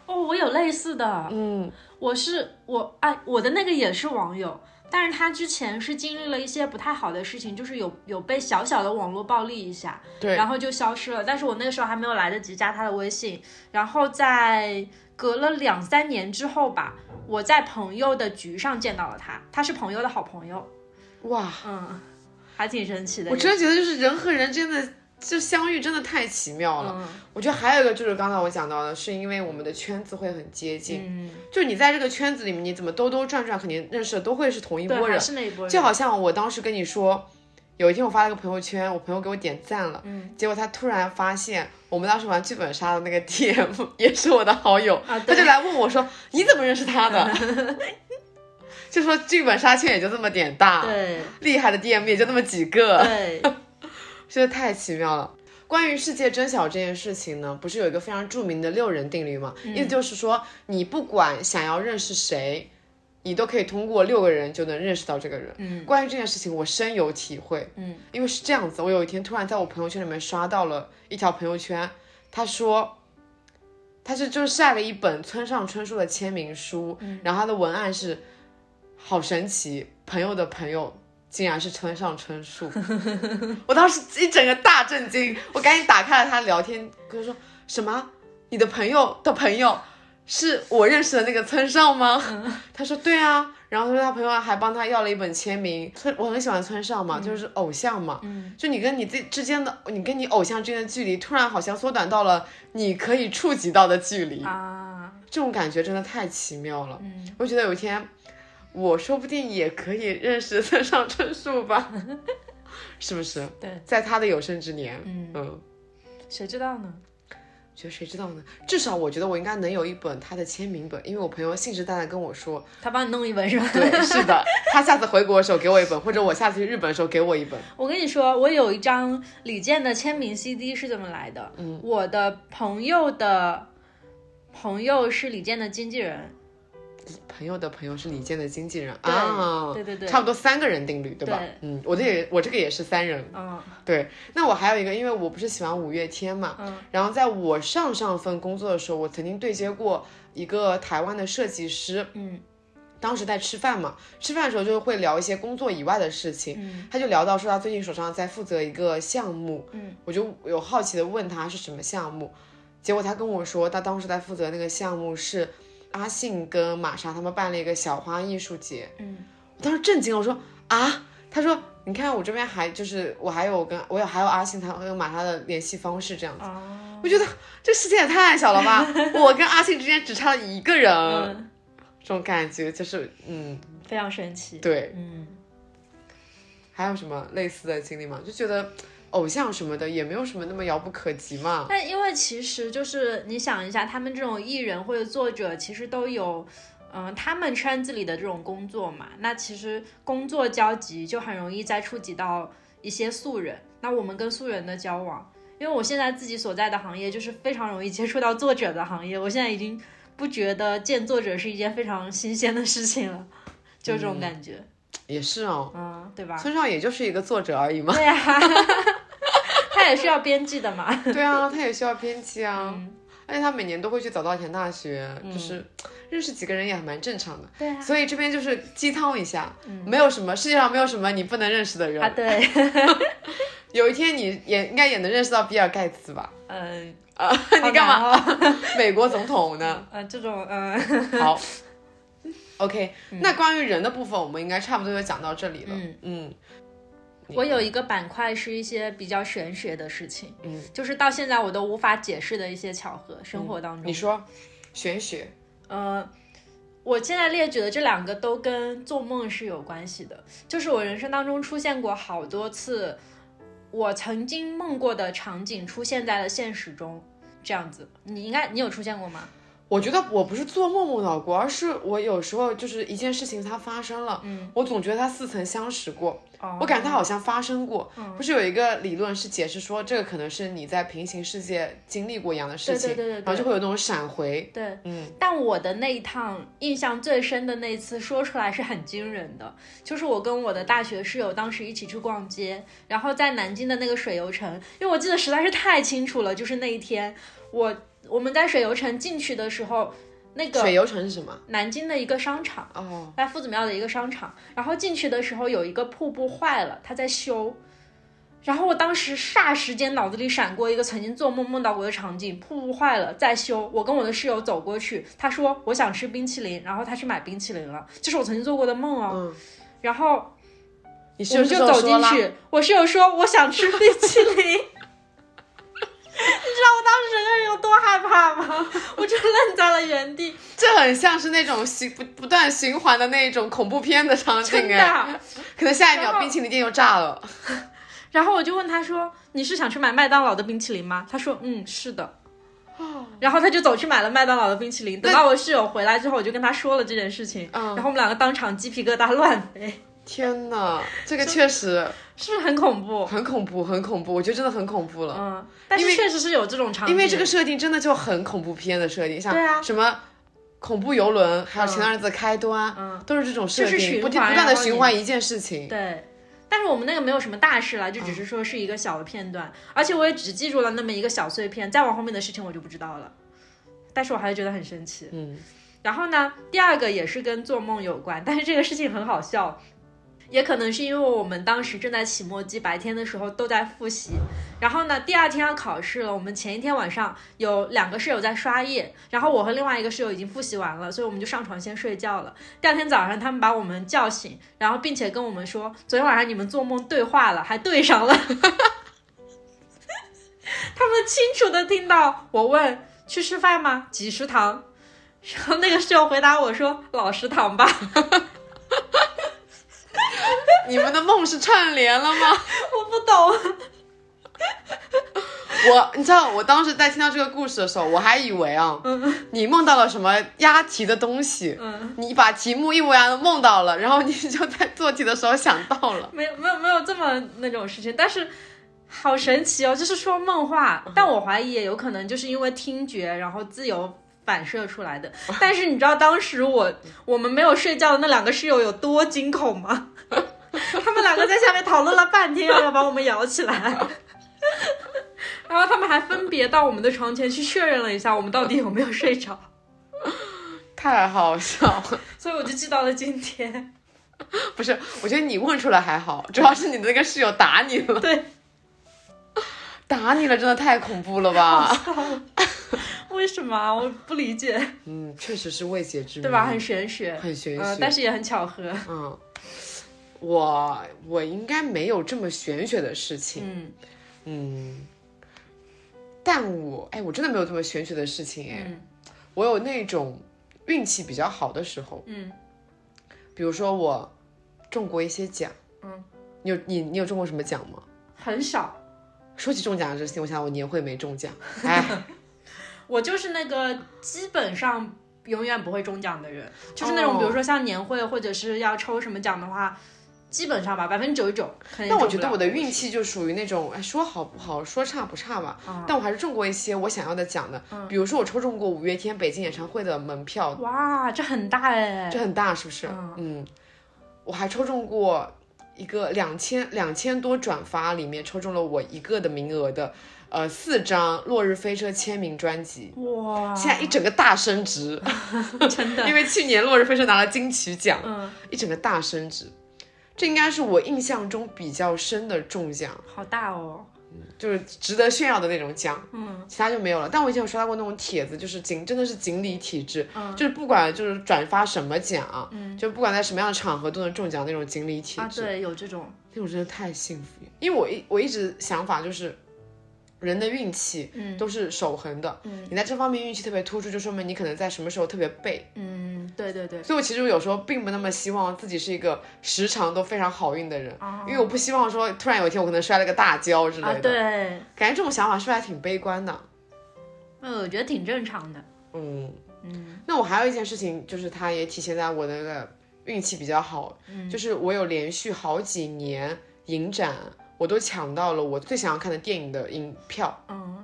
S3: 哦，我有类似的，
S2: 嗯，
S3: 我是我哎，我的那个也是网友，但是他之前是经历了一些不太好的事情，就是有有被小小的网络暴力一下，
S2: 对
S3: 然后就消失了。但是我那个时候还没有来得及加他的微信，然后在隔了两三年之后吧，我在朋友的局上见到了他，他是朋友的好朋友，
S2: 哇，
S3: 嗯，还挺神奇的。
S2: 我真的觉得就是人和人真的就相遇真的太奇妙了。
S3: 嗯
S2: 我觉得还有一个就是刚才我讲到的，是因为我们的圈子会很接近，
S3: 嗯，
S2: 就你在这个圈子里面，你怎么兜兜转转，肯定认识的都会是同一
S3: 对，
S2: 波
S3: 还
S2: 人。
S3: 是那一波人，
S2: 就好像我当时跟你说，有一天我发了个朋友圈，我朋友给我点赞了，
S3: 嗯，
S2: 结果他突然发现我们当时玩剧本杀的那个 DM 也是我的好友，
S3: 啊
S2: 他
S3: 对
S2: 就来问我说你怎么认识他的？ 就说剧本杀圈也就这么点大，
S3: 对
S2: 厉害的 DM 也就那么几个，
S3: 对，
S2: 真的太奇妙了。关于世界真小这件事情呢，不是有一个非常著名的六人定律吗？意思
S3: 嗯
S2: 就是说，你不管想要认识谁，你都可以通过六个人就能认识到这个人。
S3: 嗯
S2: 关于这件事情，我深有体会，
S3: 嗯，
S2: 因为是这样子，我有一天突然在我朋友圈里面刷到了一条朋友圈，他说，他是就是晒了一本村上春树的签名书，
S3: 嗯
S2: 然后他的文案是，好神奇，朋友的朋友竟然是村上春树，我当时一整个大震惊，我赶紧打开了他聊天，跟他说什么，你的朋友的朋友。是我认识的那个村上吗？ 他说对啊，然后他说他朋友还帮他要了一本签名。村我很喜欢村上嘛，就是偶像嘛，
S3: 嗯
S2: 就你跟你自己之间的，你跟你偶像之间的距离，突然好像缩短到了你可以触及到的距离，
S3: 啊，
S2: 这种感觉真的太奇妙了。
S3: 嗯，
S2: 我觉得有一天，我说不定也可以认识村上春树 吧，是不是？
S3: 对，
S2: 在他的有生之年，
S3: 嗯，
S2: 嗯，
S3: 谁知道呢？
S2: 觉得谁知道呢？至少我觉得我应该能有一本他的签名本，因为我朋友信誓旦旦跟我 说，
S3: 他帮你弄一本是吧？
S2: 对，是的，他下次回国的时候给我一本，或者我下次去日本的时候给我一本。
S3: 我跟你说，我有一张李健的签名 CD 是怎么来的？我的朋友的朋友是李健的经纪人，
S2: 朋友的朋友是李健的经纪人
S3: 对
S2: 啊，
S3: 对对对，
S2: 差不多三个人定律，对吧？
S3: 对
S2: 嗯，我这也我这个也是三人。
S3: 嗯
S2: 对，那我还有一个，因为我不是喜欢五月天嘛，
S3: 嗯
S2: 然后在我上上份工作的时候，我曾经对接过一个台湾的设计师，
S3: 嗯
S2: 当时在吃饭嘛，吃饭的时候就会聊一些工作以外的事情，
S3: 嗯
S2: 他就聊到说他最近手上在负责一个项目，
S3: 嗯，
S2: 我就有好奇的问他是什么项目，结果他跟我说他当时在负责那个项目是阿信跟玛莎他们办了一个小花艺术节，
S3: 嗯
S2: 我当时震惊了，我说啊，他说你看我这边还就是我还有跟我有还有阿信他跟玛莎的联系方式这样子，
S3: 哦，
S2: 我觉得这世界也太小了 吧，我跟阿信之间只差了一个人，
S3: 嗯，
S2: 这种感觉就是嗯
S3: 非常神奇，
S2: 对，
S3: 嗯。
S2: 还有什么类似的经历吗？就觉得偶像什么的也没有什么那么遥不可及嘛，
S3: 但因为其实就是你想一下，他们这种艺人或者作者，其实都有，嗯、他们圈子里的这种工作嘛。那其实工作交集就很容易再触及到一些素人。那我们跟素人的交往，因为我现在自己所在的行业就是非常容易接触到作者的行业，我现在已经不觉得见作者是一件非常新鲜的事情了，就
S2: 嗯
S3: 这种感觉，
S2: 也是哦。
S3: 嗯，对吧？
S2: 村上也就是一个作者而已 嘛，
S3: 对呀、他也是要编辑的嘛。
S2: 对啊，他也需要编辑啊，
S3: 嗯，
S2: 而且他每年都会去早稻田大学，就是认识几个人也还蛮正常的。
S3: 对啊，
S2: 所以这边就是鸡汤一下，
S3: 嗯
S2: 没有什么世界上没有什么你不能认识的人。
S3: 啊对。
S2: 有一天你也应该也能认识到比尔盖茨吧？
S3: 嗯，
S2: 啊， 你干嘛？
S3: 嘛？
S2: 美国总统呢？
S3: 呃，这种嗯
S2: 好，OK，、那关于人的部分，我们应该差不多就讲到这里了。
S3: 嗯
S2: 嗯，你
S3: 我有一个板块是一些比较玄学的事情，
S2: 嗯，
S3: 就是到现在我都无法解释的一些巧合，生活当中。
S2: 你说玄学，
S3: 呃，我现在列举的这两个都跟做梦是有关系的，就是我人生当中出现过好多次，我曾经梦过的场景出现在了现实中，这样子，你应该你有出现过吗？
S2: 我觉得我不是做梦梦到过，而是我有时候就是一件事情它发生了，
S3: 嗯，
S2: 我总觉得它似曾相识过，
S3: 哦
S2: 我感觉它好像发生过。
S3: 嗯
S2: 不是有一个理论是解释说，这个可能是你在平行世界经历过一样的事情，
S3: 对对对对
S2: 然
S3: 对
S2: 后就会有那种闪回。
S3: 对，
S2: 嗯，
S3: 但我的那一趟印象最深的那一次，说出来是很惊人的，就是我跟我的大学室友当时一起去逛街，然后在南京的那个水游城，因为我记得实在是太清楚了，就是那一天我我们在水游城进去的时候，那
S2: 水
S3: 个
S2: 游城是什么？
S3: 南京的一个商场。
S2: 哦，
S3: 在夫子庙的一个商场，然后进去的时候有一个瀑布坏了，它在修。然后我当时霎时间脑子里闪过一个曾经做梦梦到过的场景，瀑布坏了在修，我跟我的室友走过去，他说我想吃冰淇淋，然后他去买冰淇淋了，这是我曾经做过的梦哦。
S2: 嗯，
S3: 然后
S2: 你
S3: 我
S2: 是
S3: 们
S2: 不是
S3: 就走进
S2: 了？
S3: 去，我室友说我想吃冰淇淋，你 知道我当时整个人有多害怕吗？我就愣在了原地，
S2: 这很像是那种循不不断循环的那种恐怖片的场景
S3: 真的。啊
S2: 哎，可能下一
S3: 然
S2: 秒
S3: 后
S2: 冰淇淋店又炸了。
S3: 然后我就问他说：“你是想去买麦当劳的冰淇淋吗？”他说：“嗯，是的。”
S2: 哦
S3: 然后他就走去买了麦当劳的冰淇淋。等到我室友回来之后，我就跟他说了这件事情，
S2: 嗯
S3: 然后我们两个当场鸡皮疙瘩乱飞，
S2: 天呐，这个确实
S3: 是不是很恐 怖？
S2: 很恐怖，很恐怖，我觉得真的很恐怖了。
S3: 嗯，但是确实是有这种场景，
S2: 因为这个设定真的就很恐怖片的设定，像
S3: 嗯对啊
S2: 什么恐怖游轮，还有前段日子的开端，
S3: 嗯
S2: 都是这种设
S3: 就是循
S2: 定，
S3: 环
S2: 不不断的
S3: 然后你
S2: 循环一件事情。
S3: 对。但是我们那个没有什么大事了，就
S2: 嗯
S3: 只是说是一个小的片段，而且我也只记住了那么一个小碎片，再往后面的事情我就不知道了。但是我还是觉得很神奇。
S2: 嗯，
S3: 然后呢，第二个也是跟做梦有关， 但是这个事情很好笑，也可能是因为我们当时正在期末季，白天的时候都在复习。然后呢，第二天要考试了，我们前一天晚上有两个室友在刷夜，然后我和另外一个室友已经复习完了，所以我们就上床先睡觉了。第二天早上，他们把我们叫醒，然后并且跟我们说，昨天晚上你们做梦对话了，还对上了。 他们清楚的听到我问去吃饭吗？几食堂？然后 那个室友回答我说老食堂吧，
S2: 你们的梦是串联了吗？
S3: 我不懂。
S2: 我，你知道，我当时在听到这个故事的时候，我还以为啊， 你梦到了什么押题的东西，
S3: 嗯，
S2: 你把题目一模一样的梦到了，然后你就在做题的时候想到了。
S3: 没有没有没有这么那种事情，但是好神奇哦，就是说梦话，但我怀疑也有可能就是因为听觉，然后自由反射出来的。但是你知道当时我我们没有睡觉的那两个室友有多惊恐吗？ 他们两个在下面讨论了半天，要把我们摇起来。 然后他们还分别到我们的床前去确认了一下，我们到底有没有睡着。
S2: 太好笑了。
S3: 所以我就记到了今天。
S2: 不是，我觉得你问出来还好，主要是你的那个室友打你了，
S3: 对，
S2: 打你了，真的太恐怖了吧？
S3: 为什么啊？我不理解，
S2: 嗯，确实是未解之谜，
S3: 对吧？很玄学，
S2: 嗯很玄学。
S3: 呃，但是也很巧合。
S2: 嗯，我我应该没有这么玄学的事情，
S3: 嗯
S2: 嗯，但我哎，我真的没有这么玄学的事情哎，
S3: 嗯
S2: 我有那种运气比较好的时候，
S3: 嗯，
S2: 比如说我中过一些奖，
S3: 嗯，
S2: 你有你你有中过什么奖吗？
S3: 很少。
S2: 说起中奖这事情，我想我年会没中 奖，哎，
S3: 我就是那个基本上永远不会中奖的人，就是那种
S2: 哦
S3: 比如说像年会或者是要抽什么奖的话，基本上吧，百分之九十九肯定。
S2: 那我觉得我的运，气就属于那种，哎，说好不好，说差不差吧。
S3: 啊嗯
S2: 但我还是中过一些我想要的奖的，比如说我抽中过五月天北京演唱会的门票，
S3: 哇，这很大哎
S2: 这。很大是不是？
S3: 嗯
S2: 嗯，我还抽中过一个两千两千多转发里面抽中了我一个的名额的，呃，四张《落日飞车》签名专辑，
S3: 哇，
S2: 现在一整个大升值，
S3: 哦 真的
S2: 因，为去年《落日飞车》拿了金曲奖，
S3: 嗯，
S2: 一整个大升值。这应该是我印象中比较深的中奖，
S3: 好大哦，
S2: 就是值得炫耀的那种奖。
S3: 嗯
S2: 其他就没有了。但我以前有刷到过那种帖子，就是锦真的是锦鲤体质，
S3: 嗯
S2: 就是不管就是转发什么奖，
S3: 嗯
S2: 就不管在什么样的场合都能中奖那种锦鲤体
S3: 啊，
S2: 质，
S3: 对，有这种，
S2: 那种真的太幸福了。因为我一我一直想法就是，人的运气
S3: 嗯
S2: 都是守恒的，
S3: 嗯
S2: 你在这方面运气特别突出，就说明你可能在什么时候特别背。
S3: 嗯，对对对，
S2: 所以我其实有时候并不那么希望自己是一个时常都非常好运的人，
S3: 啊
S2: 因为我不希望说突然有一天我可能摔了个大跤之类
S3: 啊，
S2: 的。
S3: 对，
S2: 感觉这种想法是不是还挺悲观的？
S3: 嗯，我觉得挺正常的，
S2: 嗯。
S3: 嗯
S2: 那我还有一件事情，就是它也体现在我的那个运气比较好，
S3: 嗯
S2: 就是我有连续好几年影展，我都抢到了我最想要看的电影的影票，
S3: 嗯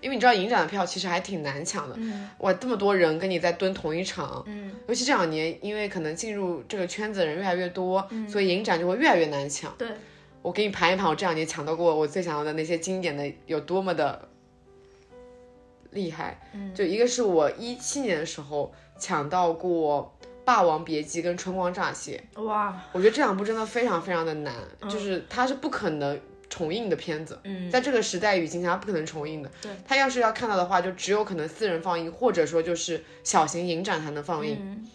S2: 因为你知道影展的票其实还挺难抢的，
S3: 嗯
S2: 哇，这么多人跟你在蹲同一场。
S3: 嗯
S2: 尤其这两年，因为可能进入这个圈子的人越来越多，
S3: 嗯
S2: 所以影展就会越来越难抢。
S3: 对，
S2: 我给你盘一盘，我这两年抢到过我最想要的那些经典的有多么的厉害。
S3: 嗯
S2: 就一个是我一七年的时候抢到过《霸王别姬》跟《春光乍泄
S3: 哇》，，
S2: 我觉得这两部真的非常非常的难，
S3: 嗯
S2: 就是它是不可能重映的片子。
S3: 嗯，
S2: 在这个时代语境下，它不可能重映的。
S3: 对，
S2: 它要是要看到的话，就只有可能私人放映，或者说就是小型影展才能放映。
S3: 嗯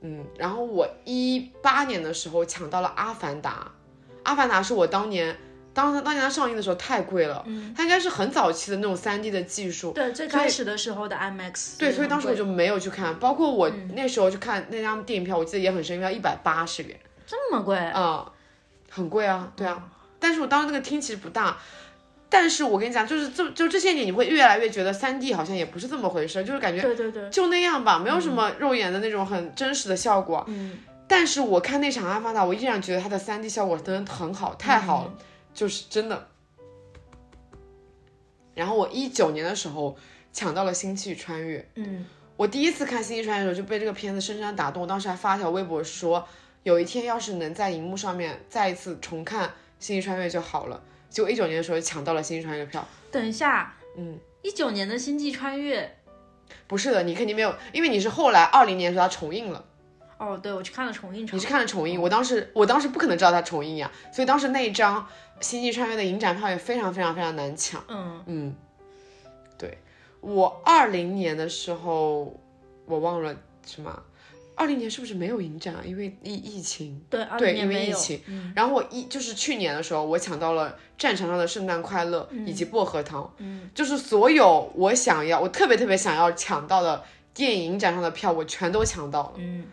S2: 嗯，然后我一八年的时候抢到了《阿凡达》，《阿凡达》是我当年当当年它上映的时候太贵了，
S3: 嗯，
S2: 它应该是很早期的那种 3D 的技术，
S3: 对，最
S2: 所以
S3: 开始的时候的 IMAX，
S2: 对，所以当时我
S3: 就
S2: 就没有去看，包括我
S3: 嗯
S2: 那时候去看那张电影票，我记得也很深，要一百八十元，
S3: 这么贵，
S2: 啊、很贵啊，对啊。但是我当时那个厅其实不大，但是我跟你讲，就是就就这些年，你会越来越觉得三 D 好像也不是这么回事，就是感觉
S3: 对对对，
S2: 就那样吧，没有什么肉眼的那种很真实的效果。
S3: 嗯，
S2: 但是我看那场《阿凡达》，我依然觉得它的三 D 效果真的很好，太好
S3: 嗯
S2: 了，就是真的。然后我一九年的时候抢到了《星际穿越》。
S3: 嗯
S2: 我第一次看《星际穿越》的时候就被这个片子深深地打动，我当时还发了条微博说，有一天要是能在荧幕上面再一次重看《星际穿越》就好了。结果一九年的时候抢到了《星际穿越》的票，
S3: 等一下，
S2: 嗯，
S3: 一九年的《星际穿越
S2: 不是的，你肯定没有，因为你是后来二零年的时候它重映了，》，
S3: 哦，对我去看了重映
S2: 你
S3: 场
S2: 是，看了重映，我当时我当时不可能知道它重映呀，所以当时那一张《星际穿越》的影展票也非常非常非常难抢。
S3: 嗯
S2: 嗯，对，我二零年的时候，我忘了什么，二零年是不是没有影展啊？因为疫疫情。
S3: 对，二
S2: 对因
S3: 零年
S2: 为
S3: 没
S2: 疫
S3: 有
S2: 情，
S3: 嗯
S2: 然后我一就是去年的时候，我抢到了战场上的圣诞快乐以及薄荷糖，
S3: 嗯
S2: 就是所有我想要，我特别特别想要抢到的电影展上的票，我全都抢到了。
S3: 嗯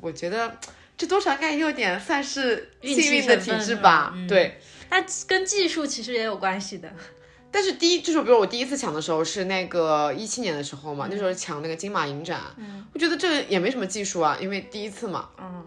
S2: 我觉得这多少应该也有点算是
S3: 运气
S2: 幸运的
S3: 成
S2: 体
S3: 分
S2: 质
S3: 吧
S2: 吧，
S3: 嗯
S2: 对。
S3: 那跟技术其实也有关系
S2: 嗯
S3: 的，
S2: 但是第一就是，比如我第一次抢的时候是那个一七年的时候嘛，那时候抢那个金马影展，
S3: 嗯
S2: 我觉得这也没什么技术啊，因为第一次嘛。
S3: 嗯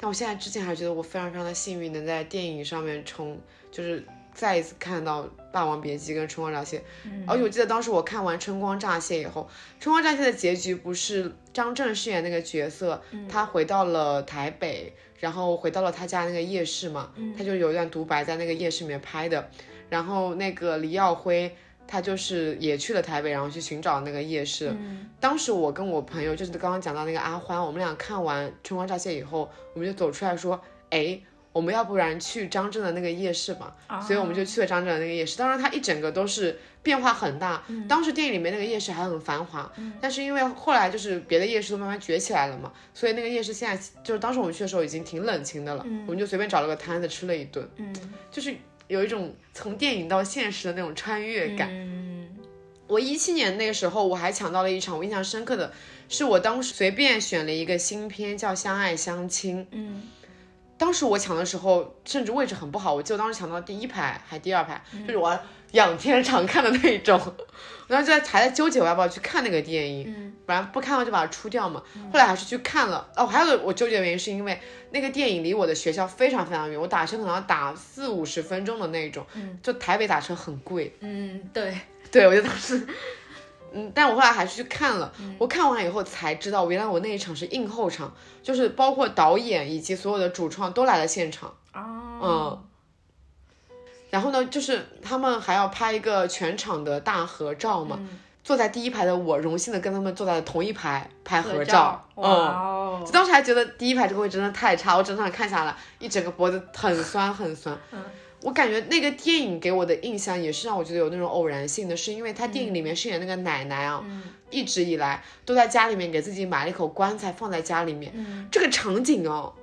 S2: 但我现在之前还觉得我非常非常的幸运，能在电影上面重就是再一次看到《霸王别姬》跟《春光乍泄》
S3: 嗯
S2: 而且我记得当时我看完《春光乍泄》以后，《春光乍泄》的结局不是张震饰演那个角色，
S3: 嗯
S2: 他回到了台北，然后回到了他家那个夜市嘛，
S3: 嗯
S2: 他就有一段独白在那个夜市里面拍的，然后那个李耀辉。他就是也去了台北，然后去寻找那个夜市。当时我跟我朋友，就是刚刚讲到那个阿欢，我们俩看完《春光乍泄》以后，我们就走出来说：“哎，我们要不然去张震的那个夜市吧。”所以我们就去了张震的那个夜市。当然，它一整个都是变化很大。当时电影里面那个夜市还很繁华，但是因为后来就是别的夜市都慢慢崛起来了嘛，所以那个夜市现在就是当时我们去的时候已经挺冷清的了。我们就随便找了个摊子吃了一顿，就是有一种从电影到现实的那种穿越感。我一七年那个时候，我还抢到了一场我印象深刻的，是我当时随便选了一个新片叫《相爱相亲》。
S3: 嗯
S2: 当时我抢的时候，甚至位置很不好，我记得我当时抢到第一排还第二排，就是我仰天长看的那一种。我当时就在还在纠结我要不要去看那个电影，不嗯然不看了就把它出掉嘛。
S3: 嗯
S2: 后来还是去看了。哦，还有个我纠结的原因是因为那个电影离我的学校非常非常远，我打车可能要打四五十分钟的那一种，就台北打车很贵。
S3: 嗯，对，
S2: 对，我就当时，嗯，但我后来还是去看了。
S3: 嗯
S2: 我看完以后才知道，原来我那一场是映后场，就是包括导演以及所有的主创都来了现场。嗯
S3: 哦，
S2: 然后呢，就是他们还要拍一个全场的大合照嘛。
S3: 嗯
S2: 坐在第一排的我，荣幸的跟他们坐在同一排拍合
S3: 照，
S2: 嗯，
S3: 哇哦，
S2: 就当时还觉得第一排这个位置真的太差，我整场看下来，一整个脖子很酸很酸。我感觉那个电影给我的印象也是让我觉得有那种偶然性的，是因为他电影里面饰演那个奶奶
S3: 嗯
S2: 啊，一直以来都在家里面给自己买了一口棺材放在家里面，
S3: 嗯
S2: 这个场景哦，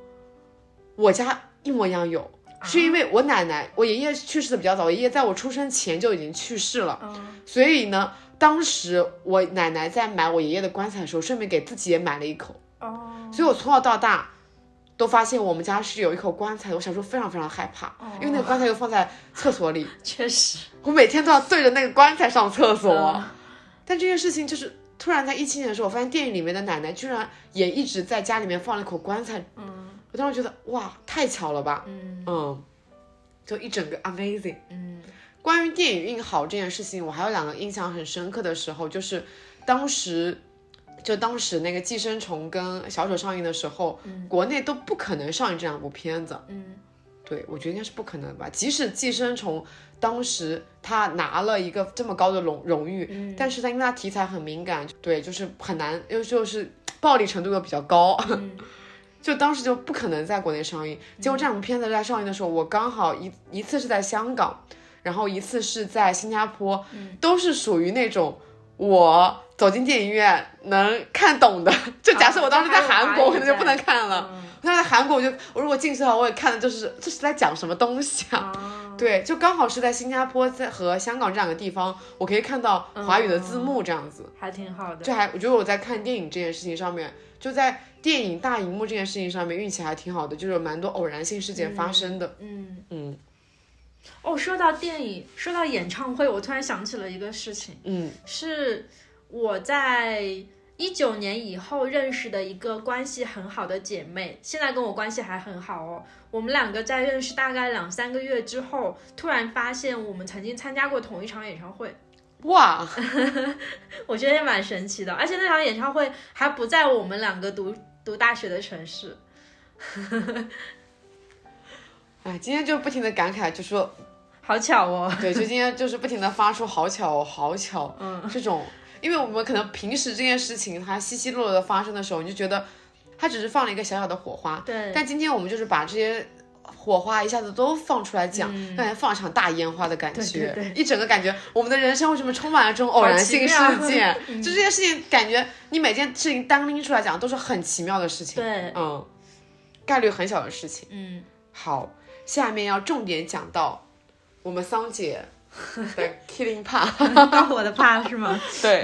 S2: 我家一模一样有。是因为我奶奶，我爷爷去世的比较早，我爷爷在我出生前就已经去世了，
S3: 嗯
S2: 所以呢，当时我奶奶在买我爷爷的棺材的时候，顺便给自己也买了一口。
S3: 哦，
S2: 所以我从小到大都发现我们家是有一口棺材的，我小时候非常非常害怕，
S3: 哦
S2: 因为那个棺材又放在厕所里，
S3: 确实，
S2: 我每天都要对着那个棺材上厕所。
S3: 嗯
S2: 但这件事情就是突然在一七年的时候，我发现电影里面的奶奶居然也一直在家里面放了一口棺材，
S3: 嗯
S2: 我当时觉得哇，太巧了吧，
S3: 嗯
S2: 嗯，就一整个 amazing。
S3: 嗯
S2: 关于电影运好这件事情，我还有两个印象很深刻的时候，就是当时就当时那个《寄生虫》跟《小丑》上映的时候，国内都不可能上映这两部片子。
S3: 嗯
S2: 对，我觉得应该是不可能吧。即使《寄生虫》当时他拿了一个这么高的荣荣誉，
S3: 嗯
S2: 但是他因为他题材很敏感，对，就是很难，又就是暴力程度又比较高，就当时就不可能在国内上映。结果这两部片子在上映的时候，我刚好一一次是在香港，然后一次是在新加坡，都是属于那种我走进电影院能看懂的。就假设我当时在韩国，我可能就不能看了。
S3: 嗯
S2: 我当时在韩国，我就我如果进去的话，我也看的就是这是在讲什么东西啊？
S3: 啊，
S2: 对，就刚好是在新加坡在和香港这两个地方，我可以看到华语的字幕这样子，
S3: 还挺好的，
S2: 就还我觉得我在看电影这件事情上面，就在电影大荧幕这件事情上面运气还挺好的，就是有蛮多偶然性事件发生的。
S3: 嗯。
S2: 嗯
S3: 哦，说到电影，说到演唱会，我突然想起了一个事情，
S2: 嗯
S3: 是我在一九年以后认识的一个关系很好的姐妹，现在跟我关系还很好哦。我们两个在认识大概两三个月之后，突然发现我们曾经参加过同一场演唱会，
S2: 哇，
S3: 我觉得也蛮神奇的。而且那场演唱会还不在我们两个读读大学的城市，
S2: 哎，今天就不停的感慨，就说
S3: 好巧哦。
S2: 对，就今天就是不停的发出好巧哦好巧，嗯，这种，因为我们可能平时这件事情它稀稀落落的发生的时候，你就觉得它只是放了一个小小的火花，
S3: 对，
S2: 但今天我们就是把这些火花一下子都放出来讲，感觉放了场大烟花的感觉，
S3: 嗯对对
S2: 一整个感觉我们的人生为什么充满了这种偶然性事
S3: 好奇
S2: 件？就这些事情，感觉你每件事情单拎出来讲都是很奇妙的事情，
S3: 对
S2: 嗯，概率很小的事情。
S3: 嗯，
S2: 好，下面要重点讲到我们桑姐 的 Killing Part，
S3: 到我的怕是吗？
S2: 对，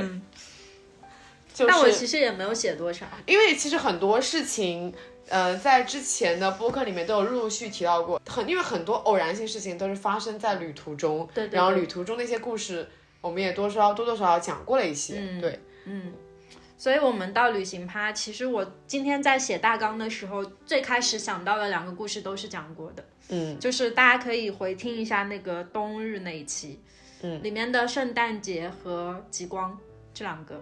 S2: 就是
S3: 但我其实也没有写多少。
S2: 因为其实很多事情，呃，在之前的播客里面都有陆续提到过，很因为很多偶然性事情都是发生在旅途中，
S3: 对对对
S2: 然后旅途中那些故事，我们也多少多多少少讲过了一些，
S3: 嗯
S2: 对，
S3: 所以我们到旅行趴，其实我今天在写大纲的时候，最开始想到的两个故事都是讲过的，
S2: 嗯，
S3: 就是大家可以回听一下那个冬日那一期，
S2: 嗯
S3: 里面的圣诞节和极光这两个，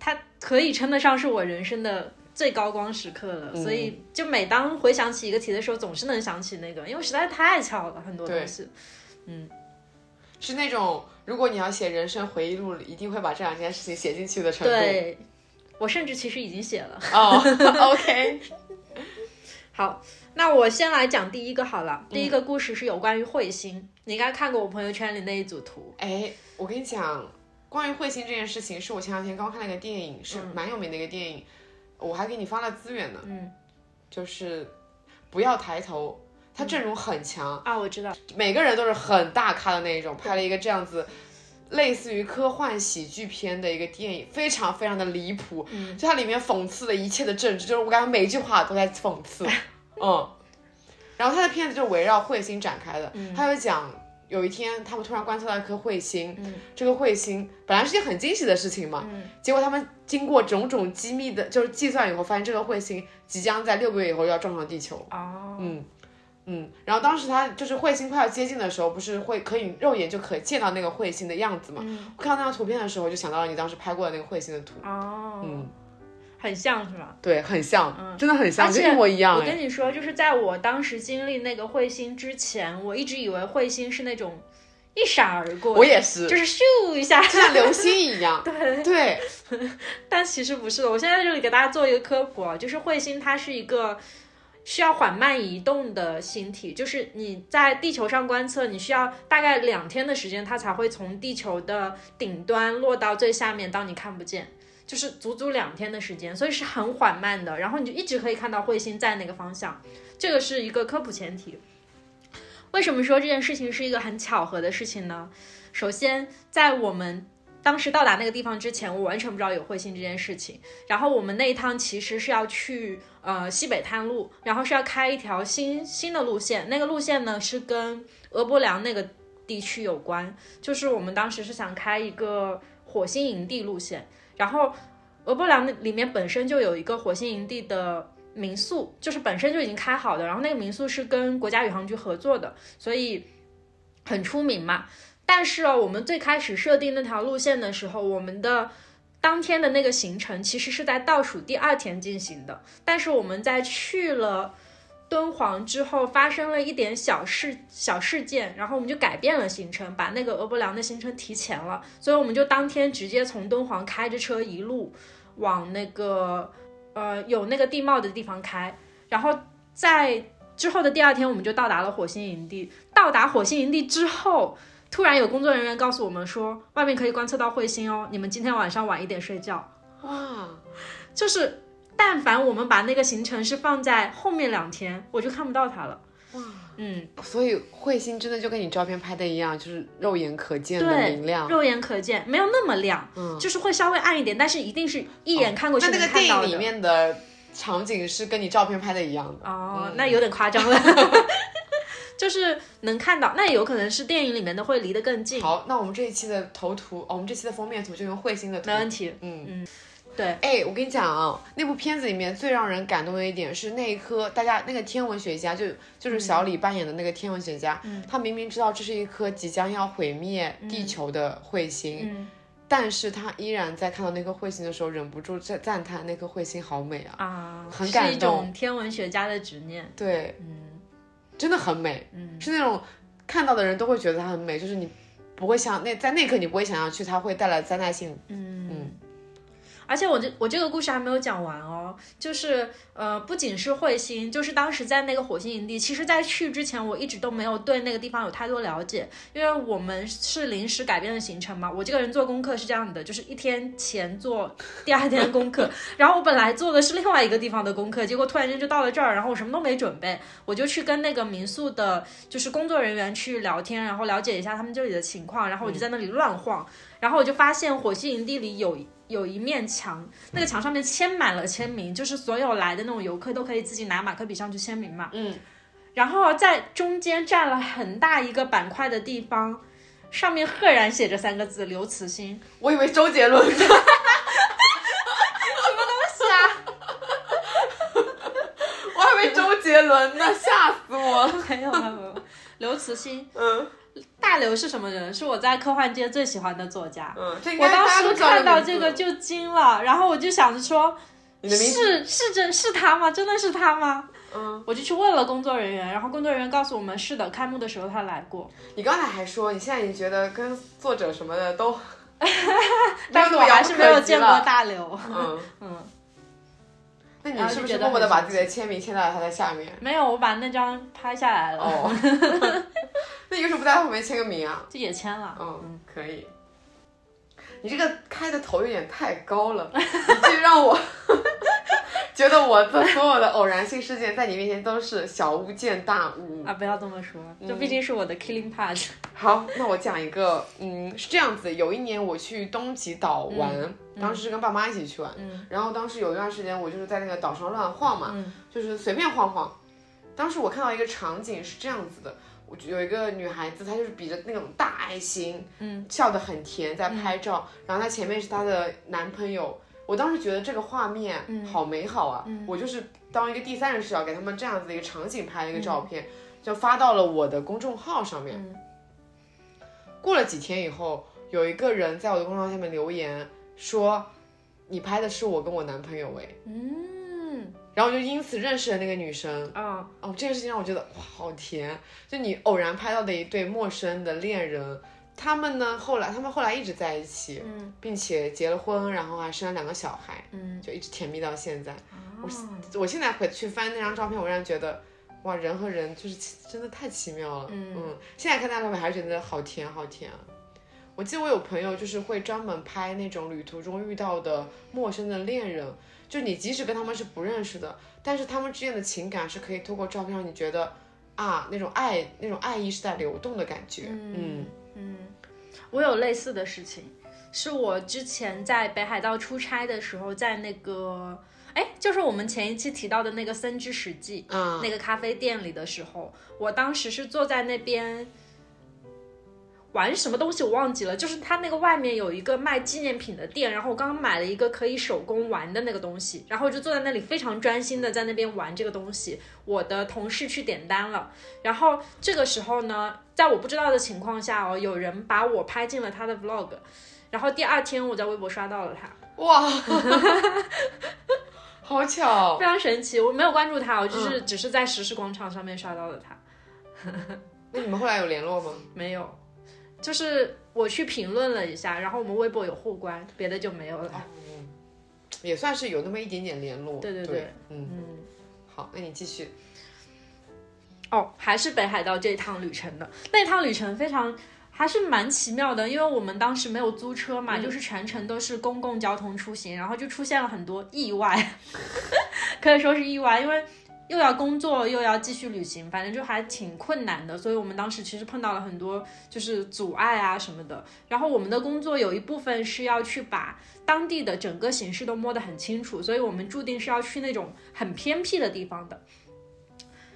S3: 它可以称得上是我人生的最高光时刻了。
S2: 嗯
S3: 所以就每当回想起一个题的时候，总是能想起那个，因为实在太巧了，很多
S2: 对
S3: 东西。
S2: 是那种如果你要写人生回忆录，一定会把这两件事情写进去的程度。，
S3: 对，我甚至其实已经写了。
S2: 哦，OK，
S3: 好，那我先来讲第一个好
S2: 嗯
S3: 了。第一个故事是有关于彗星，你应该看过我朋友圈里那一组图。
S2: 哎，我跟你讲，关于彗星这件事情，是我前两天刚看了一个电影，是蛮有名的一个电影，我还给你发了资源呢，
S3: 嗯，
S2: 就是不要抬头。他阵容很强，
S3: 啊，我知道，
S2: 每个人都是很大咖的那一种，拍了一个这样子，类似于科幻喜剧片的一个电影，非常非常的离谱。
S3: 嗯
S2: 就它里面讽刺了一切的政治，就是我感觉每一句话都在讽 刺。嗯，然后他的片子就围绕彗星展开的，
S3: 嗯
S2: 他就讲有一天他们突然观测到一颗彗星，
S3: 嗯
S2: 这个彗星本来是件很惊喜的事情嘛，
S3: 嗯
S2: 结果他们经过种种机密的，就是计算以后，发现这个彗星即将在六个月以后就要撞上地球。
S3: 哦，
S2: 嗯，嗯，然后当时他就是彗星快要接近的时候，不是会可以肉眼就可以见到那个彗星的样子嘛？
S3: 嗯
S2: 我看到那张图片的时候，就想到了你当时拍过的那个彗星的图。
S3: 哦，
S2: 嗯，
S3: 很像是吧？
S2: 对，很像，
S3: 嗯
S2: 真的很像，
S3: 而
S2: 就
S3: 且
S2: 一模一样
S3: 我
S2: 哎。
S3: 跟你说，就是在我当时经历那个彗星之前，我一直以为彗星是那种一闪而过，
S2: 我也是，
S3: 就是咻 一下，
S2: 就像流星一 样。对对，
S3: 但其实不是的。我现在在这里给大家做一个科普啊，就是彗星它是一个需要缓慢移动的星体，就是你在地球上观测，你需要大概两天的时间，它才会从地球的顶端落到最下面，当你看不见。就是足足两天的时间，所以是很缓慢的。然后你就一直可以看到彗星在哪个方向，这个是一个科普前提。为什么说这件事情是一个很巧合的事情呢？首先，在我们当时到达那个地方之前，我完全不知道有彗星这件事情。然后我们那一趟其实是要去呃西北探路，然后是要开一条新新的路线，那个路线呢是跟俄伯梁那个地区有关，就是我们当时是想开一个火星营地路线，然后俄伯梁那里面本身就有一个火星营地的。民宿就是本身就已经开好的，然后那个民宿是跟国家宇航局合作的，所以很出名嘛。但是哦，我们最开始设定那条路线的时候，我们的当天的那个行程其实是在倒数第二天进行的。但是我们在去了敦煌之后，发生了一点小事小事件，然后我们就改变了行程，把那个俄伯梁的行程提前了。所以我们就当天直接从敦煌开着车一路往那个呃有那个地貌的地方开，然后在。之后的第二天，我们就到达了火星营地。到达火星营地之后，突然有工作人员告诉我们说，外面可以观测到彗星哦，你们今天晚上晚一点睡觉。
S2: 哇，
S3: 就是，但凡我们把那个行程是放在后面两天，我就看不到它了。哇，嗯，
S2: 所以彗星真的就跟你照片拍的一样，就是肉眼可见的
S3: 对
S2: 明亮。
S3: 肉眼可见，没有那么亮，
S2: 嗯哦
S3: 就是会稍微暗一点，但是一定是一眼看过去
S2: 那那
S3: 能
S2: 个
S3: 看
S2: 电
S3: 到
S2: 影
S3: 的。
S2: 里面的场景是跟你照片拍的一样的。
S3: 哦，那有点夸张 了。 就是能看到，那也有可能是电影里面的会离得更近，
S2: 好，那我们这一期的头图，哦，我们这期的封面图就用彗星的图
S3: 没。问题。
S2: 嗯
S3: 嗯，对，
S2: 哎，我跟你讲啊，那部片子里面最让人感动的一点是那一颗，大家那个天文学家就就是小
S3: 嗯
S2: 李扮演的那个天文学家，他明明知道这是一颗即将要毁灭地球的彗星，
S3: 嗯
S2: 但是他依然在看到那颗彗星的时候，忍不住赞赞叹那颗彗星好美啊。
S3: 啊，
S2: 很
S3: 是一
S2: 感动
S3: 种天文学家的执念。
S2: 对，
S3: 嗯
S2: 真的很美，
S3: 嗯，
S2: 是那种看到的人都会觉得它很美，就是你不会想那在那一刻你不会想要去它会带来灾难性。
S3: 嗯，而且我这我这个故事还没有讲完哦，就是呃，不仅是彗星，就是当时在那个火星营地，其实在去之前我一直都没有对那个地方有太多了解，因为我们是临时改变的行程嘛。我这个人做功课是这样的，就是一天前做第二天功课，然后我本来做的是另外一个地方的功课，结果突然间就到了这儿，然后我什么都没准备，我就去跟那个民宿的，就是工作人员去聊天，然后了解一下他们这里的情况，然后我就在那里乱晃。然后我就发现火星营地里有有一面墙，那个墙上面签满了签名，就是所有来的那种游客都可以自己拿马克笔上去签名嘛。
S2: 嗯，
S3: 然后在中间占了很大一个板块的地方，上 面赫然写着三个字“刘慈欣
S2: 我以为周杰伦，伦呢， 吓死我了。
S3: 没有没有没有， 刘慈欣，
S2: 嗯
S3: 大刘是什么人？是我在科幻界最喜欢的作家。
S2: 嗯，这应
S3: 我
S2: 该
S3: 当
S2: 大家都
S3: 时
S2: 知道
S3: 看到
S2: 这
S3: 这
S2: 名
S3: 个
S2: 字，
S3: 就惊了，然后我就想着说，
S2: 你的名字，
S3: 是是真是他吗？真的是他吗？
S2: 嗯，
S3: 我就去问了工作人员，然后工作人员告诉我们，是的，开幕的时候他来过。
S2: 你刚才还说你现在你觉得跟作者什么的都，没有
S3: 但是
S2: 那
S3: 我
S2: 么遥
S3: 还
S2: 不
S3: 是
S2: 可
S3: 没有
S2: 及
S3: 见过
S2: 了
S3: 大刘，
S2: 嗯，
S3: 嗯，
S2: 那
S3: 然
S2: 你
S3: 后
S2: 是
S3: 就
S2: 不
S3: 觉
S2: 是
S3: 得
S2: 默默的
S3: 很
S2: 把
S3: 神
S2: 自己的签名签在了他的下 面？
S3: 没有，我把那张拍下来了，
S2: 哦， 那你为什么不在他旁边签个名啊？
S3: 这也签了。
S2: 嗯，可以。你这个开的头有点太高了， 你这让我 觉得我的所有的偶然性事件在你面前都是小巫见大巫。
S3: 啊，不要这么说，这毕竟是我的 killing part。
S2: 好，那我讲一个，嗯，是这样子，有一年我去东极岛玩，
S3: 嗯
S2: 当时是跟爸妈一起去玩，然后当时有一段时间我就是在那个岛上乱晃嘛，
S3: 嗯
S2: 就是随便晃晃。当时我看到一个场景是这样子的，我就有一个女孩子，她就是比着那种大爱心，
S3: 嗯，
S2: 笑得很甜，在拍照，然后她前面是她的男朋友。我当时觉得这个画面
S3: 嗯
S2: 好美好啊！我就是当一个第三人视角给他们这样子的一个场景拍了一
S3: 嗯
S2: 个照片，就发到了我的公众号上面。过了几天以后，有一个人在我的公众号下面留言说：“你拍的是我跟我男朋友哎。
S3: 嗯”
S2: 然后我就因此认识了那个女生。
S3: 啊，
S2: 哦，这件事情让我觉得哇，好甜！就你偶然拍到的一对陌生的恋人，他们呢后来他们后来一直在一起，
S3: 嗯
S2: 并且结了婚，然后还生了两个小孩，
S3: 嗯，哦
S2: 就一直甜蜜到现在。
S3: 我
S2: 我现在回去翻那张照片，我让人觉得，哇，人和人就是奇真的太奇妙了。
S3: 嗯
S2: 现在看那张照片还是觉得好甜好甜啊。我记得我有朋友就是会专门拍那种旅途中遇到的陌生的恋人，就你即使跟他们是不认识的，但是他们之间的情感是可以通过照片让你觉得啊那种爱那种爱意是在流动的感觉。嗯
S3: 我有类似的事情，是我之前在北海道出差的时候，在那个哎，就是我们前一期提到的那个森之史记，
S2: 啊
S3: 那个咖啡店里的时候，我当时是坐在那边玩什么东西，我忘记了。就是它那个外面有一个卖纪念品的店，然后我刚刚买了一个可以手工玩的那个东西，然后我就坐在那里非常专心的在那边玩这个东西。我的同事去点单了，然后这个时候呢，在我不知道的情况下哦，有人把我拍进了他的 vlog，然后第二天我在微博刷到了他。
S2: 哇， 好巧
S3: 非常神奇，我没有关注他，我就是、只是在时事广场上面刷到了他。
S2: 那你们后来有联络吗？
S3: 没有，就是我去评论了一下，然后我们微博有互关，别的就没有了。
S2: 嗯也算是有那么一点点联络。
S3: 对对
S2: 对
S3: 对，
S2: 嗯，
S3: 嗯，
S2: 好，那你继续。
S3: 哦，还是北海道这一趟旅程的那趟旅程非常。还是蛮奇妙的，因为我们当时没有租车嘛，就是全程都是公共交通出行，然后就出现了很多意外， 可以说是意外，因为又要工作又要继续旅行，反正就还挺困难的，所以我们当时其实碰到了很多就是阻碍啊什么的。然后我们的工作有一部分是要去把当地的整个形势都摸得很清楚，所以我们注定是要去那种很偏僻的地方的。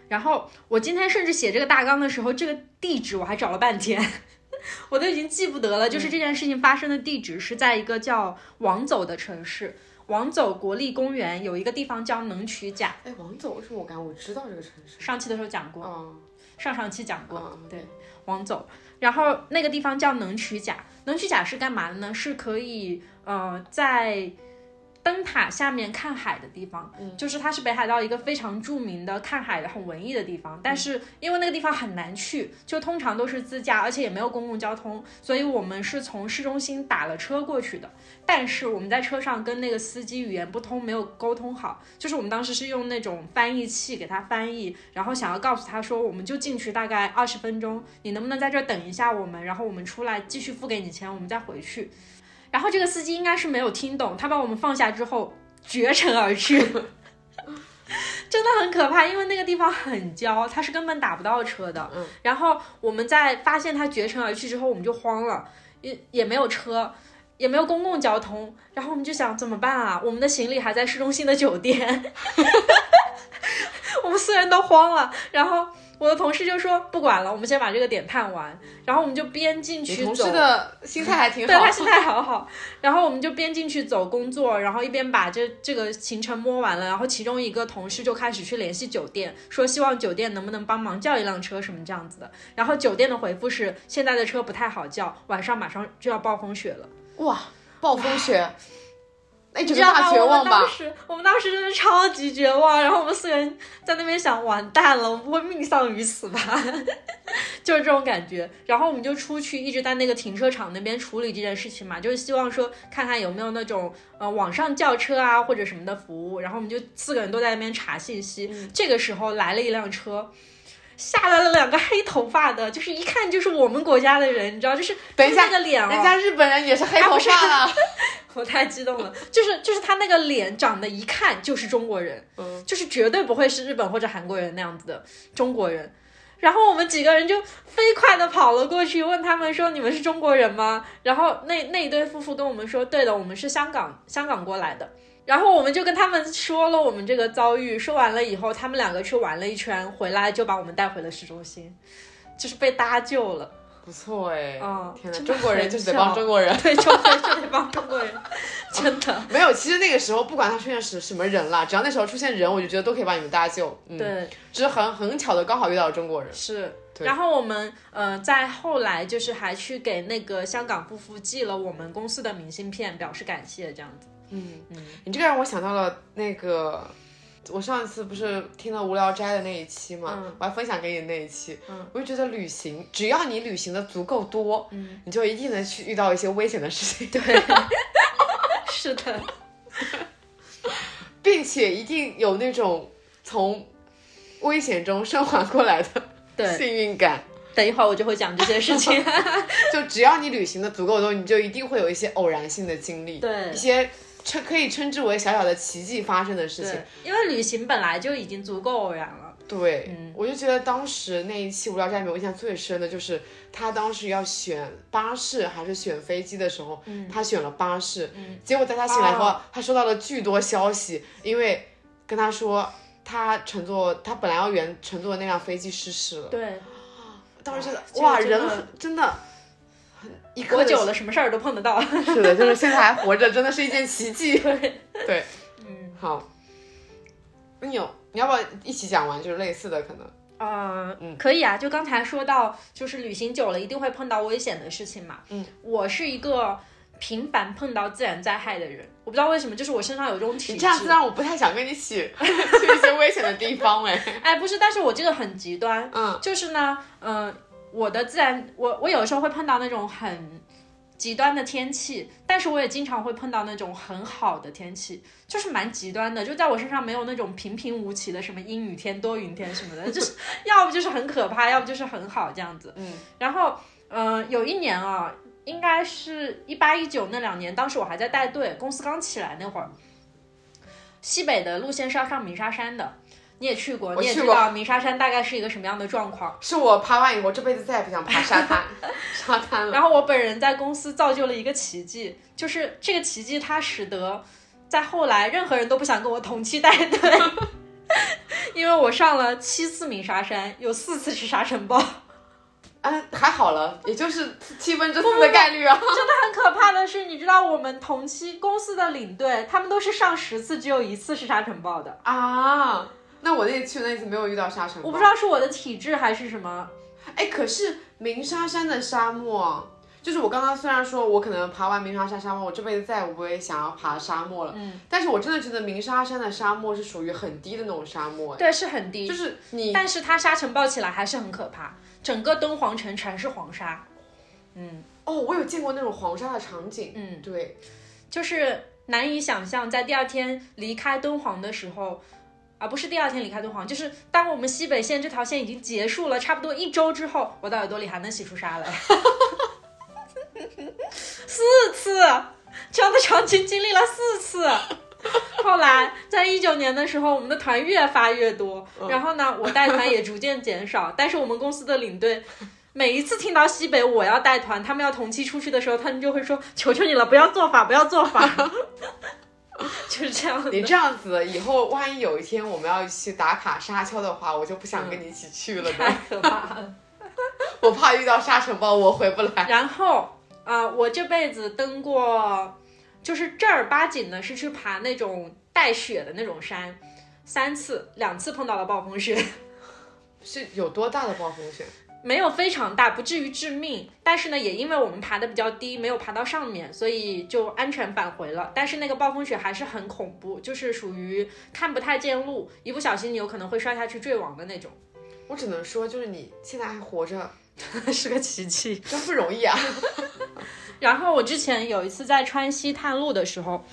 S3: 然后我今天甚至写这个大纲的时候，这个地址我还找了半天， 我都已经记不得了。就是这件事情发生的地址是在一个叫王走的城市，王走国立公园有一个地方叫能曲甲，
S2: 哎，王总，为什么我感觉我知道这个城市？
S3: 上期的时候讲过，
S2: 哦，
S3: 上上期讲过。
S2: 嗯
S3: 对，往走，然后那个地方叫能取甲，能取甲是干嘛的呢？是可以呃在灯塔下面看海的地方，就是它是北海道一个非常著名的看海的很文艺的地方。但是因为那个地方很难去，就通常都是自驾，而且也没有公共交通，所以我们是从市中心打了车过去的。但是我们在车上跟那个司机语言不通，没有沟通好，就是我们当时是用那种翻译器给他翻译，然后想要告诉他说，我们就进去大概二十分钟，你能不能在这儿等一下我们，然后我们出来继续付给你钱，我们再回去。然后这个司机应该是没有听懂，他把我们放下之后绝尘而去， 真的很可怕，因为那个地方很郊，他是根本打不到车的。
S2: 嗯
S3: 然后我们在发现他绝尘而去之后，我们就慌了，也也没有车。也没有公共交通，然后我们就想怎么办啊？我们的行李还 在市中心的酒店，我们四人都慌了，然后我的同事就说不管了，我们先把这个点探完，然后我们就边进
S2: 你
S3: 去
S2: 同
S3: 走
S2: 事。的心态还挺
S3: 对
S2: 好
S3: 他。心态好好，然后我们就边进去走工作，然后一边把这这个行程摸完了，然后其中一个同事就开始去联系酒店，说希望酒店能不能帮忙叫一辆车什么这样子的，然后酒店的回复是现在的车不太好叫，晚上马上就要暴风雪了，
S2: 哇，暴风雪，那
S3: 你
S2: 整
S3: 知
S2: 个
S3: 道
S2: 大
S3: 吗？
S2: 绝
S3: 我
S2: 望
S3: 们当
S2: 吧？
S3: 时我们当时真的超级绝望，然后我们四个人在那边想，完蛋了，我们不会命丧于此吧？ 就是这种感觉。然后我们就出去，一直在那个停车场那边处理这件事情嘛，就是希望说看看有没有那种呃网上叫车啊或者什么的服务。然后我们就四个人都在那边查信息。
S2: 嗯
S3: 这个时候来了一辆车。下来了两个黑头发的，就是一看就是我们国家的人，你知道，就是
S2: 等一下
S3: 就是那个脸、哦，
S2: 人家日本人也是黑头发啦。
S3: 我太激动了，就是就是他那个脸长得一看就是中国人，
S2: 嗯
S3: 就是绝对不会是日本或者韩国人那样子的中国人。然后我们几个人就飞快的跑了过去，问他们说：“你们是中国人吗？”然后那那一对夫妇跟我们说：“对的，我们是香港香港过来的。”然后我们就跟他们说了我们这个遭遇，说完了以后，他们两个去玩了一圈，回来就把我们带回了市中心，就是被搭救了。
S2: 不错哎
S3: 嗯，
S2: 天哪，
S3: 真的
S2: 中国人
S3: 很
S2: 就是得
S3: 巧
S2: 帮中国人。
S3: 对，就会就得帮中国人，真的。
S2: 没有，其实那个时候不管他出现是什么人啦，只要那时候出现人，我就觉得都可以把你们搭救。嗯，，
S3: 对，
S2: 只是很很巧的刚好遇到了中国人。
S3: 是。
S2: 对
S3: 然后我们呃，在后来就是还去给那个香港夫妇寄了我们公司的明信片，表示感谢，这样 子。
S2: 嗯
S3: 嗯，
S2: 你这个让我想到了那个，我上一次不是听了《无聊斋》的那一期嘛，
S3: 嗯
S2: 我还分享给你那一期，
S3: 嗯
S2: 我就觉得旅行，只要你旅行的足够多，
S3: 嗯，
S2: 你就一定能去遇到一些危险的事情，对，
S3: 是的，
S2: 并且一定有那种从危险中生还过来的
S3: 对。
S2: 幸运感。
S3: 等一会儿我就会讲这些 事情。
S2: 就只要你旅行的足够多，你就一定会有一些偶然性的经历，
S3: 对
S2: 一些称可以称之为小小的奇迹发生的事情
S3: 对。，因为旅行本来就已经足够偶然了。
S2: 对，
S3: 嗯
S2: 我就觉得当时那一期《无聊斋》里面，我印象最深的就是他当时要选巴士还是选飞机的时候，
S3: 嗯
S2: 他选了巴士，
S3: 嗯
S2: 结果在他醒来后，
S3: 哦
S2: 他收到了巨多消息，因为跟他说他乘坐他本来要原乘坐的那辆飞机失事了，
S3: 对，
S2: 当时觉
S3: 这
S2: 得
S3: 个
S2: 哇，
S3: 真的
S2: 人很真的很一刻
S3: 活
S2: 的
S3: 久了，什么事儿都碰得到。
S2: 是的，就是现在还活着，真的是一件奇迹。
S3: 对，
S2: 对，
S3: 嗯
S2: 好，那你有你要不要一起讲完？就是类似的可能。
S3: 呃
S2: 嗯
S3: 可以啊。就刚才说到，就是旅行久了一定会碰到危险的事情嘛。
S2: 嗯，
S3: 我是一个频繁碰到自然灾害的人，我不知道为什么，就是我身上有这种体质。
S2: 你这样子让我不太想跟你一起 去一些危险的地方哎。
S3: 哎，不是，但是我这个很极端，
S2: 嗯
S3: 就是呢，嗯、我的自然，我我有时候会碰到那种很极端的天气，但是我也经常会碰到那种很好的天气，就是蛮极端的，就在我身上没有那种平平无奇的什么阴雨天、多云天什么的，就是 要不就是很可怕，要不就是很好这样子。
S2: 嗯，
S3: 然后，嗯、有一年啊，应该是一八一九那两年，当时我还在带队，公司刚起来那会儿，西北的路线是要上鸣沙山的。你也去过，
S2: 我
S3: 你也
S2: 去
S3: 知
S2: 过
S3: 道鸣沙山大概是一个什么样的状况。
S2: 是我爬完以后这辈子再也不想爬沙 滩沙滩了。
S3: 然后我本人在公司造就了一个奇迹，就是这个奇迹它使得在后来任何人都不想跟我同期带队， 因为我上了七次鸣沙山，有四次是沙尘暴，
S2: 嗯，还好了，也就是七分之四的概率啊。
S3: 真的很可怕的是，你知道我们同期公司的领队，他们都是上十次只有一次是沙尘暴的，
S2: 啊，那我那次去那次没有遇到沙尘暴。
S3: 我不知道是我的体质还是什么，
S2: 哎，可是鸣沙山的沙漠，就是我刚刚虽然说我可能爬完鸣沙山沙漠，我这辈子再也不会想要爬沙漠了。
S3: 嗯，
S2: 但是我真的觉得鸣沙山的沙漠是属于很低的那种沙漠，哎
S3: 对，是很低，
S2: 就是你
S3: 但是它沙尘暴起来还是很可怕，整个敦煌城全是黄沙，嗯
S2: 哦，我有见过那种黄沙的场景。
S3: 嗯。
S2: 对，
S3: 就是难以想象，在第二天离开敦煌的时候，啊，不是第二天离开敦煌，就是当我们西北线这条线已经结束了差不多一周之后，我的耳朵里还能洗出沙来，四次，这样的场景经历了四次。后来，在一九年的时候，我们的团越发越多，
S2: 嗯
S3: 然后呢，我带团也逐渐减少，但是我们公司的领队每一次听到西北我要带 团，他们要同期出去的时候，他们就会说：“求求你了，不要做法，不要做法。” 就是这样的。
S2: 你这样子以后，万一有一天我们要去打卡沙丘的话，我就不想跟你一起去了
S3: 太
S2: 呢。
S3: 可怕了。
S2: 我怕遇到沙尘暴，我回不来。
S3: 然后啊、呃我这辈子登过，就是正儿八经的是去爬那种带雪的那种山，三次，两次碰到了暴风雪。
S2: 是有多大的暴风雪？
S3: 没有非常大，不至于致命，但是呢，也因为我们爬的比较低，没有爬到上面，所以就安全返回了。但是那个暴风雪还是很恐怖，就是属于看不太见路，一不小心你有可能会摔下去坠亡的那种，
S2: 我只能说，就是你现在还活着，
S3: 是个奇迹。
S2: 真不容易啊！
S3: 然后我之前有一次在川西探路的时候，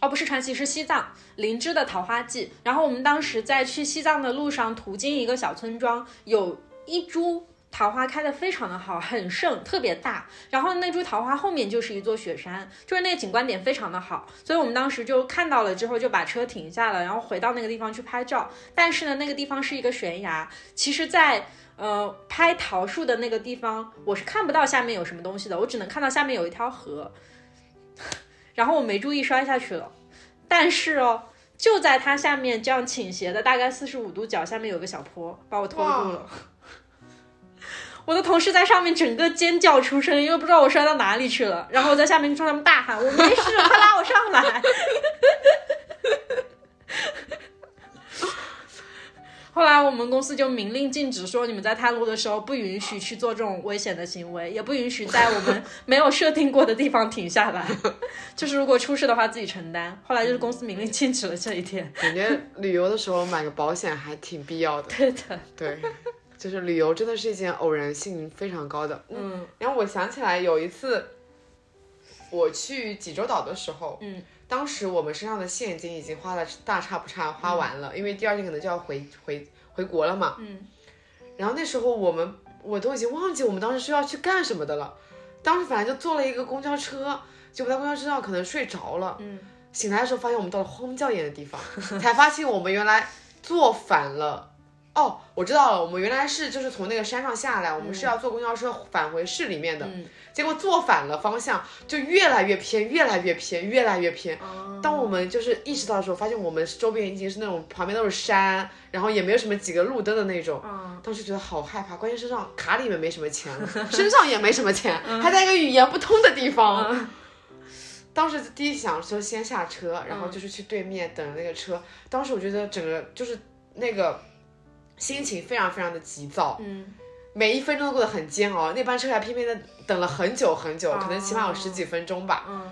S3: 哦，不是川西，是西藏林芝的桃花季。然后我们当时在去西藏的路上，途经一个小村庄，有一株。桃花开的非常的好，很盛，特别大。然后那株桃花后面就是一座雪山，就是那个景观点非常的好，所以我们当时就看到了之后就把车停下了，然后回到那个地方去拍照。但是呢，那个地方是一个悬崖，其实在，呃拍桃树的那个地方，我是看不到下面有什么东西的，我只能看到下面有一条河， 然后我没注意摔下去了。但是哦，就在它下面这样倾斜的大概四十五度角，下面有个小坡，把我拖住了。我的同事在上面整个尖叫出声，因为不知道我摔到哪里去了。然后我在下面冲他们大喊：“我没事，快拉我上来！” 后来我们公司就明令禁止说，你们在探路的时候不允许去做这种危险的行为，也不允许在我们没有设定过的地方停下来。 就是如果出事的话，自己承担。后来就是公司明令禁止了这一天。
S2: 感觉旅游的时候买个保险还挺必要的。
S3: 对的，
S2: 对，就是旅游真的是一件偶然性非常高的。
S3: 嗯
S2: 然后我想起来有一次，我去济州岛的时候，
S3: 嗯，
S2: 当时我们身上的现金已经花的大差不差花完了，因为第二天可能就要回回回国了嘛。
S3: 嗯，
S2: 然后那时候我们我都已经忘记我们当时是要去干什么的了，当时反正就坐了一个公交车，结果在公交车上可能睡着了，
S3: 嗯，
S2: 醒来的时候发现我们到了荒郊野的地方， 才发现我们原来坐反了。哦，我知道了，我们原来是就是从那个山上下来，我们是要坐公交车返回市里面的，
S3: 嗯
S2: 结果坐反了方向，就越来越偏，越来越偏，越来越偏。
S3: 哦
S2: 当我们就是意识到的时候，发现我们周边已经是那种旁边都是山，然后也没有什么几个路灯的那种。
S3: 嗯
S2: 当时觉得好害怕，关键身上卡里面没什么钱了， 身上也没什么钱，
S3: 嗯
S2: 还在一个语言不通的地方。当时第一想说先下车，然后就是去对面等那个车。当时我觉得整个就是那个心情非常非常的急躁，
S3: 嗯，
S2: 每一分钟都过得很煎熬。那班车还偏偏的等了很久很久，可能起码有十几分钟吧。
S3: 嗯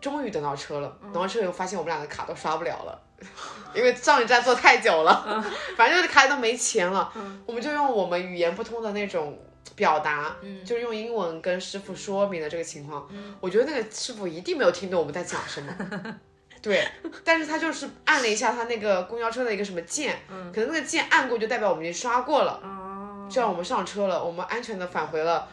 S2: 终于等到车了，等到车以后发现我们俩的卡都刷不了了， 因为上一站坐太久
S3: 嗯
S2: 了， 反正就是卡里都没钱了。我们就用我们语言不通的那种表达，
S3: 嗯
S2: 就是用英文跟师傅说明了这个情况。我觉得那个师傅一定没有听懂我们在讲 什么。对，但是他就是按了一下他那个公交车的一个什么键，可能那个键按过就代表我们已经刷过了，
S3: 嗯哦，
S2: 就让我们上车了，我们安全的返回了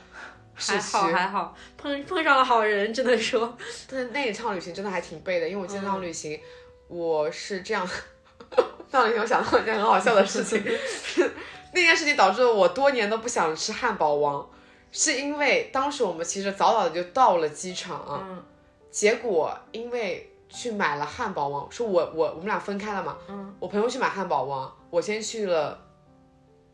S2: 市
S3: 还
S2: 区。
S3: 好还好，碰碰上了好人，只能说，
S2: 但是那一趟旅行真的还挺背的，因为我记得那趟旅行，我是这样，那趟旅行我想到一件很好笑的事情，是那件事情导致我多年都不想吃汉堡王，是因为当时我们其实早早的就到了机场啊，
S3: 嗯
S2: 结果因为去买了汉堡王，说我我我们俩分开了嘛，
S3: 嗯
S2: 我朋友去买汉堡王，我先去了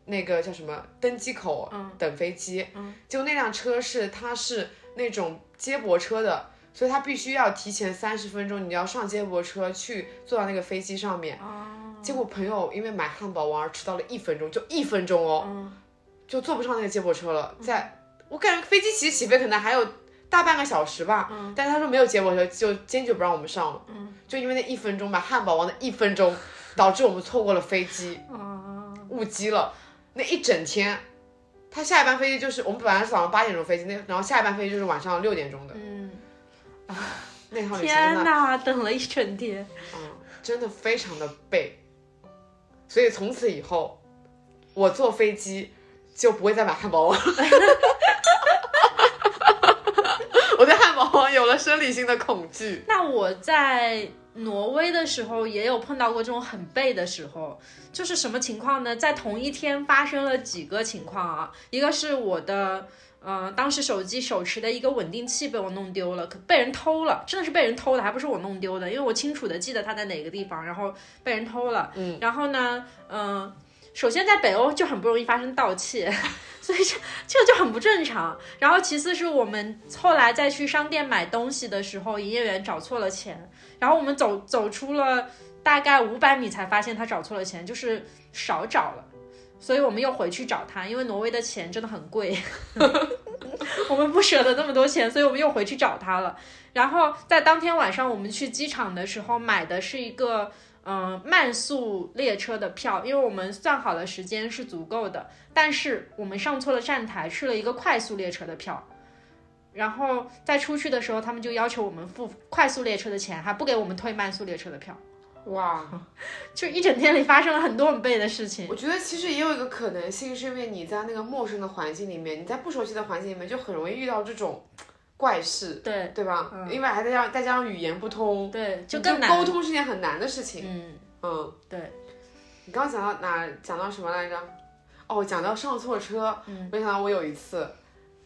S2: 那个叫什么登机口、
S3: 嗯
S2: 等飞机，
S3: 嗯
S2: 结果那辆车是它是那种接驳车的，所以它必须要提前三十分钟，你要上接驳车去坐到那个飞机上面。
S3: 哦，
S2: 结果朋友因为买汉堡王而迟到了一分钟，就一分钟哦，
S3: 嗯
S2: 就坐不上那个接驳车了。在我感觉飞机其实起飞可能还有大半个小时吧，
S3: 嗯
S2: 但是他说没有接驳车，就坚决不让我们上了。
S3: 嗯
S2: 就因为那一分钟吧，汉堡王的一分钟，导致我们错过了飞机，
S3: 哦，
S2: 误机了。那一整天，他下一班飞机就是我们本来是早上八点钟飞机，那然后下一班飞机就是晚上六点钟的。
S3: 嗯，
S2: 那趟旅行
S3: 天
S2: 真的，
S3: 哪，等了一整天，
S2: 嗯，真的非常的背。所以从此以后，我坐飞机就不会再买汉堡王了。 我对汉堡王有了生理性的恐惧。
S3: 那我在挪威的时候也有碰到过这种很背的时候，就是什么情况呢？在同一天发生了几个情况啊，一个是我的。呃，当时手机手持的一个稳定器被我弄丢了，可被人偷了，真的是被人偷的，还不是我弄丢的，因为我清楚的记得它在哪个地方，然后被人偷了。嗯，然后呢，嗯、首先在北欧就很不容易发生盗窃，所以这这个就很不正常。然后其次是我们后来再去商店买东西的时候，营业员找错了钱，然后我们走走出了大概五百米才发现他找错了钱，就是少找了。所以我们又回去找他，因为挪威的钱真的很贵， 我们不舍得这么多钱，所以我们又回去找他了。然后在当天晚上，我们去机场的时候买的是一个嗯、呃慢速列车的票，因为我们算好了时间是足够的，但是我们上错了站台，去了一个快速列车的票。然后在出去的时候，他们就要求我们付快速列车的钱，还不给我们退慢速列车的票。
S2: 哇，
S3: 就一整天里发生了很多很背的事情。
S2: 我觉得其实也有一个可能性，是因为你在那个陌生的环境里面，你在不熟悉的环境里面，就很容易遇到这种怪事，
S3: 对
S2: 对吧？因为还再加上再加上语言不通，
S3: 对，嗯就
S2: 你
S3: 更难
S2: 沟通是件很难的事情。
S3: 嗯，
S2: 嗯，
S3: 对，
S2: 你刚刚讲到哪？讲到什么来着？哦，讲到上错车，
S3: 嗯
S2: 没想到我有一次，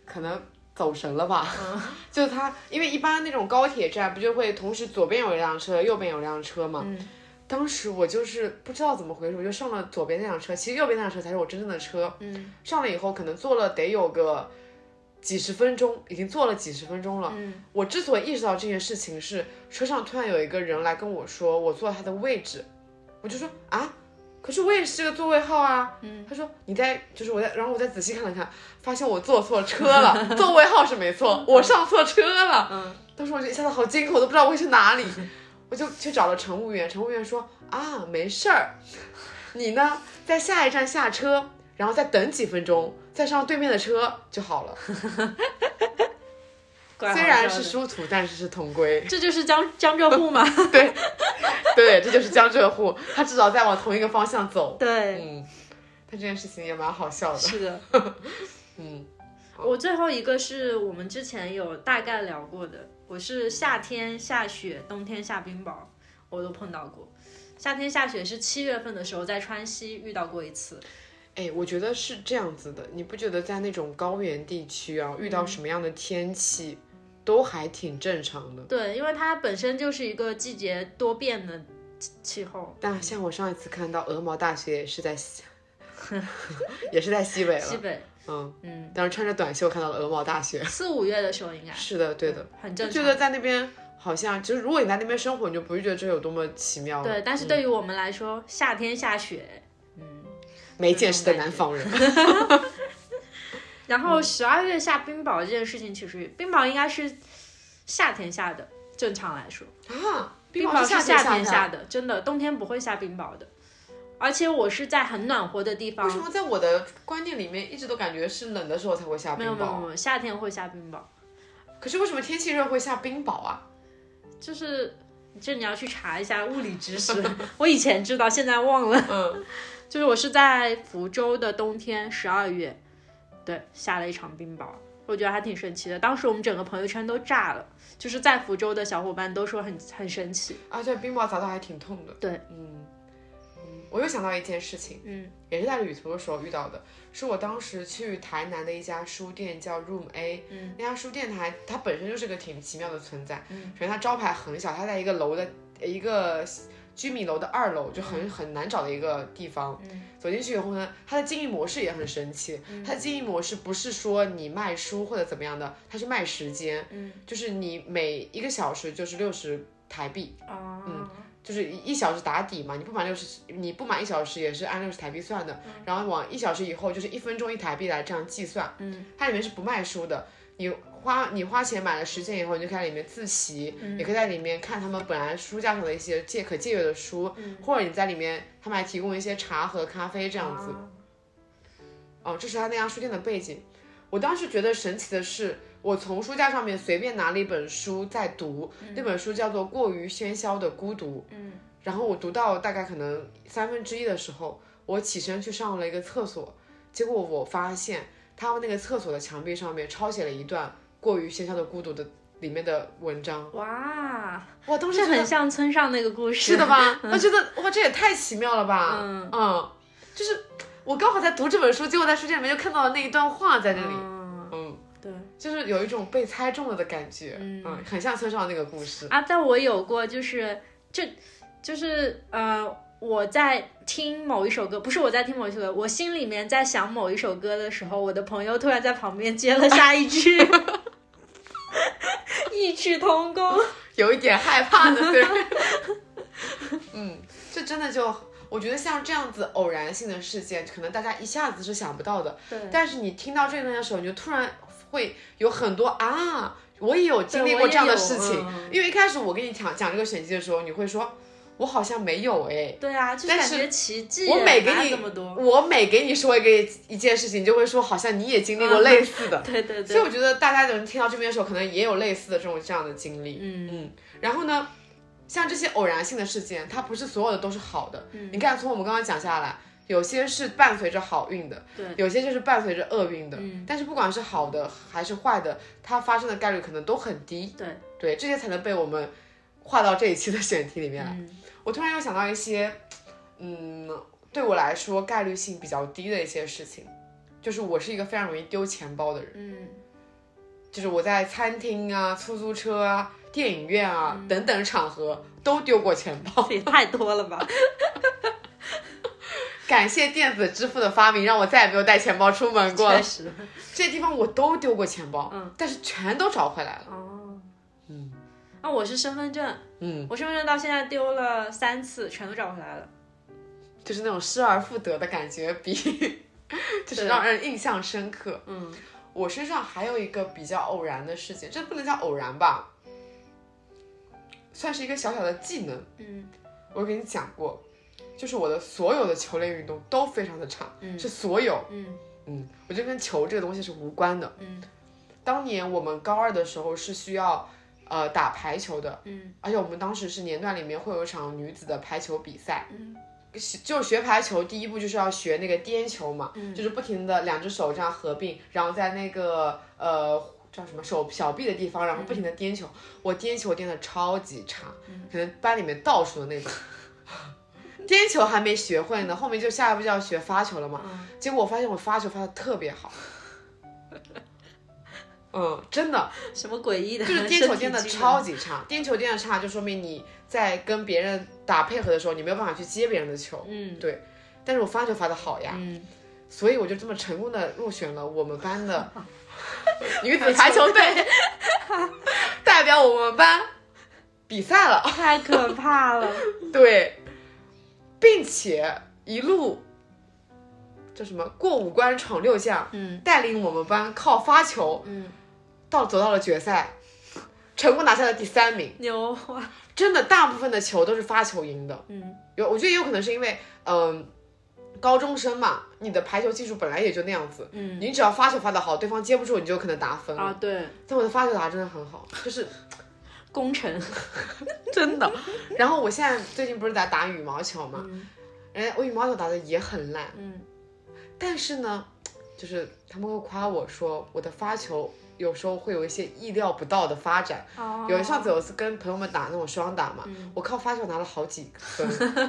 S2: 可能走神了吧，
S3: 嗯
S2: 就他，因为一般那种高铁站不就会同时左边有一辆车，右边有一辆车嘛。
S3: 嗯
S2: 当时我就是不知道怎么回事，我就上了左边那辆车，其实右边那辆车才是我真正的车。
S3: 嗯
S2: 上了以后，可能坐了得有个几十分钟，已经坐了几十分钟了。
S3: 嗯
S2: 我之所以意识到这件事情是，车上突然有一个人来跟我说我坐他的位置，我就说啊，可是我也是这个座位号啊。
S3: 嗯，
S2: 他说你在，就是我在，然后我再仔细看了看，发现我坐错车 了，座位号是没错，我上错车了。
S3: 嗯，
S2: 当时我就一下子好惊恐，我都不知道我会去哪里，我就去找了乘务员，乘务员说啊没事儿，你呢在下一站下车，然后再等几分钟，再上对面的车就好 了。
S3: 怪好
S2: 虽然
S3: 笑
S2: 是
S3: 的，
S2: 殊途，但是是同归。
S3: 这就是江江浙沪 嘛。
S2: 对，这就是江浙沪，他至少在往同一个方向走。
S3: 对，
S2: 嗯，但这件事情也蛮好笑的。
S3: 是的。
S2: 嗯，
S3: 我最后一个是我们之前有大概聊过的，我是夏天下雪，冬天下冰雹，我都碰到过。夏天下雪是七月份的时候，在川西遇到过一次。
S2: 哎，我觉得是这样子的，你不觉得在那种高原地区啊，遇
S3: 嗯
S2: 到什么样的天气，都还挺正常的。
S3: 对，因为它本身就是一个季节多变的气气候，
S2: 但像我上一次看到鹅毛大学也是在西， 也是在西北
S3: 西
S2: 了，
S3: 北，
S2: 嗯，
S3: 嗯，
S2: 当时穿着短袖看到了鹅毛大学。
S3: 四五月的时候应该
S2: 是的，对的，，
S3: 很
S2: 就
S3: 正
S2: 觉
S3: 常。
S2: 得在那边好像，就是如果你在那边生活，你就不会觉得这有多么奇妙了。嗯
S3: 对，但是对于我们来说，夏天下雪，嗯，
S2: 没见识的南方 人，
S3: 然
S2: 嗯
S3: 后十二月下冰雹这件事情，其实冰雹应该是夏天下的，正常来说，
S2: 啊，
S3: 冰
S2: 雹
S3: 雹
S2: 是
S3: 是
S2: 夏
S3: 夏天
S2: 下
S3: 下
S2: 的。
S3: 的，真的，冬天不会下冰雹的。而且我是在很暖和的地方
S2: 为什，么在我的观念里面，一直都感觉是冷的时候才会下
S3: 没
S2: 冰
S3: 有没有
S2: 雹？啊
S3: 没有，夏天会下冰雹，
S2: 可是为什么天气热会下冰雹啊？
S3: 就是这你要去查一下物理知识，我以前知道，现在忘了。
S2: 嗯，
S3: 就是我是在福州的冬天十二月，对，下了一场冰雹，我觉得还挺神奇的。当时我们整个朋友圈都炸了，就是在福州的小伙伴都说很很神奇。
S2: 啊，对，冰雹砸到还挺痛的。
S3: 对，
S2: 嗯，嗯我又想到一件事情，
S3: 嗯
S2: 也是在旅途的时候遇到的，是我当时去台南的一家书店叫 Room A，
S3: 嗯
S2: 那家书店它还它本身就是个挺奇妙的存在。
S3: 嗯
S2: 首先它招牌很小，它在一个楼的一个居民楼的二楼，就很很难找的一个地方。
S3: 嗯
S2: 走进去以后呢，它的经营模式也很神奇。它的经营模式不是说你卖书或者怎么样的，它是卖时间，
S3: 嗯
S2: 就是你每一个小时就是六十台币。
S3: 啊
S2: 就是一一小时打底嘛，你不满六十，你不满一小时也是按六十台币算的，然后往一小时以后就是一分钟一台币来这样计算。
S3: 嗯，
S2: 它里面是不卖书的，你花你花钱买了时间以后，你就可以在里面自习，也可以在里面看他们本来书架上的一些借可借阅的书，或者你在里面他们还提供一些茶和咖啡这样子。哦，这是他那家书店的背景。我当时觉得神奇的是，我从书架上面随便拿了一本书在读，那本书叫做《过于喧嚣的孤独》。
S3: 嗯，
S2: 然后我读到大概可能三分之一的时候，我起身去上了一个厕所，结果我发现他们那个厕所的墙壁上面抄写了一段《过于喧嚣的孤独》的里面的文章。
S3: 哇，
S2: 哇，当时
S3: 这
S2: 觉得
S3: 很像村上那个故事，
S2: 是的？ 吧？我觉得哇，这也太奇妙了吧！
S3: 嗯
S2: 就是我刚好在读这本书，结果在书店里面就看到了那一段话在这里。
S3: 嗯，
S2: 嗯，
S3: 对
S2: 就是有一种被猜中了的感觉，嗯，很像村上那个故事，
S3: 啊，但我有过就是这就是呃。我在听某一首歌，不是我在听某一首歌，我心里面在想某一首歌的时候，我的朋友突然在旁边接了下一句， 异曲同工。
S2: 有一点害怕的， 虽然，嗯，这真的就，我觉得像这样子偶然性的事件，可能大家一下子是想不到的，
S3: 对，
S2: 但是你听到这个的时候，你就突然会有很多啊，我也有经历
S3: 我
S2: 过
S3: 也
S2: 这样的
S3: 有
S2: 事情，
S3: 嗯
S2: 因为一开始我跟你讲讲这个选题的时候，你会说，我好像没有哎。
S3: 对啊，就是
S2: 但
S3: 感
S2: 是
S3: 觉奇迹
S2: 我
S3: 耶
S2: 每给
S3: 哪
S2: 你
S3: 这么多，
S2: 我每给你说一个一件事情，你就会说好像你也经历过类似的，
S3: 嗯对对
S2: 所以
S3: 对，
S2: 我觉得大家有人听到这边的时候，可能也有类似的这种这样的经历。
S3: 嗯
S2: 然后呢，像这些偶然性的事件，它不是所有的都是好的。
S3: 嗯
S2: 你看，从我们刚刚讲下来，有些是伴随着好运的，
S3: 对
S2: 有些就是伴随着厄运的。
S3: 嗯
S2: 但是不管是好的还是坏的，它发生的概率可能都很低。
S3: 对，
S2: 对，这些才能被我们划到这一期的选题里面来。
S3: 嗯
S2: 我突然又想到一些，嗯，对我来说概率性比较低的一些事情，就是我是一个非常容易丢钱包的人。
S3: 嗯
S2: 就是我在餐厅啊、出租车啊、电影院啊、
S3: 嗯
S2: 等等场合都丢过钱包。
S3: 也太多了吧？
S2: 感谢电子支付的发明，让我再也没有带钱包出门过了
S3: 确。实，
S2: 这些地方我都丢过钱包，
S3: 嗯，
S2: 但是全都找回来了。
S3: 哦，
S2: 嗯
S3: 那我是身份证，
S2: 嗯，
S3: 我身份证到现在丢了三次，全都找回来了。
S2: 就是那种失而复得的感觉，比 就是
S3: 对
S2: 让人印象深刻。
S3: 嗯，
S2: 我身上还有一个比较偶然的事件，这不能叫偶然吧，算是一个小小的技能。
S3: 嗯，
S2: 我跟你讲过，就是我的所有的球类运动都非常的差，
S3: 嗯
S2: 是所有，
S3: 嗯
S2: 嗯，我觉得跟球这个东西是无关的。
S3: 嗯
S2: 当年我们高二的时候是需要，呃，打排球的，
S3: 嗯
S2: 而且我们当时是年段里面会有一场女子的排球比赛。
S3: 嗯
S2: 就学排球，第一步就是要学那个颠球嘛，
S3: 嗯
S2: 就是不停的两只手这样合并，然后在那个呃叫什么手小臂的地方，然后不停的
S3: 嗯
S2: 颠球。我颠球颠的超级差，可能班里面倒数的那种。颠球还没学会呢，后面就下一步就要学发球了嘛。
S3: 嗯
S2: 结果我发现我发球发的特别 好，嗯，真的，
S3: 什么诡异 的？
S2: 就是颠球颠的
S3: 的
S2: 超级差，颠球颠的差就说明你在跟别人打配合的时候，你没有办法去接别人的球。
S3: 嗯
S2: 但是我发球发的好呀，
S3: 嗯，
S2: 所以我就这么成功的入选了我们班 的女子排球队， 代表我们班比赛了。
S3: 太可怕了。
S2: 对，并且一路叫什么过五关闯六将，
S3: 嗯
S2: 带领我们班靠发球
S3: 嗯，
S2: 到走到了决赛，成功拿下了第三名。
S3: 牛啊！
S2: 真的，大部分的球都是发球赢的。
S3: 嗯
S2: 有，我觉得也有可能是因为，嗯、高中生嘛，你的排球技术本来也就那样子，
S3: 嗯
S2: 你只要发球发的好，对方接不住，你就可能打分了。
S3: 啊，对，
S2: 但我的发球打得真的很好，就是
S3: 工程。
S2: 真的。然后我现在最近不是在打羽毛球嘛，
S3: 嗯
S2: 人家我羽毛球打的也很烂，
S3: 嗯
S2: 但是呢，就是他们会夸我说我的发球有时候会有一些意料不到的发展。
S3: 哦
S2: 有上次有一次跟朋友们打那种双打嘛，
S3: 嗯
S2: 我靠发球拿了好几分，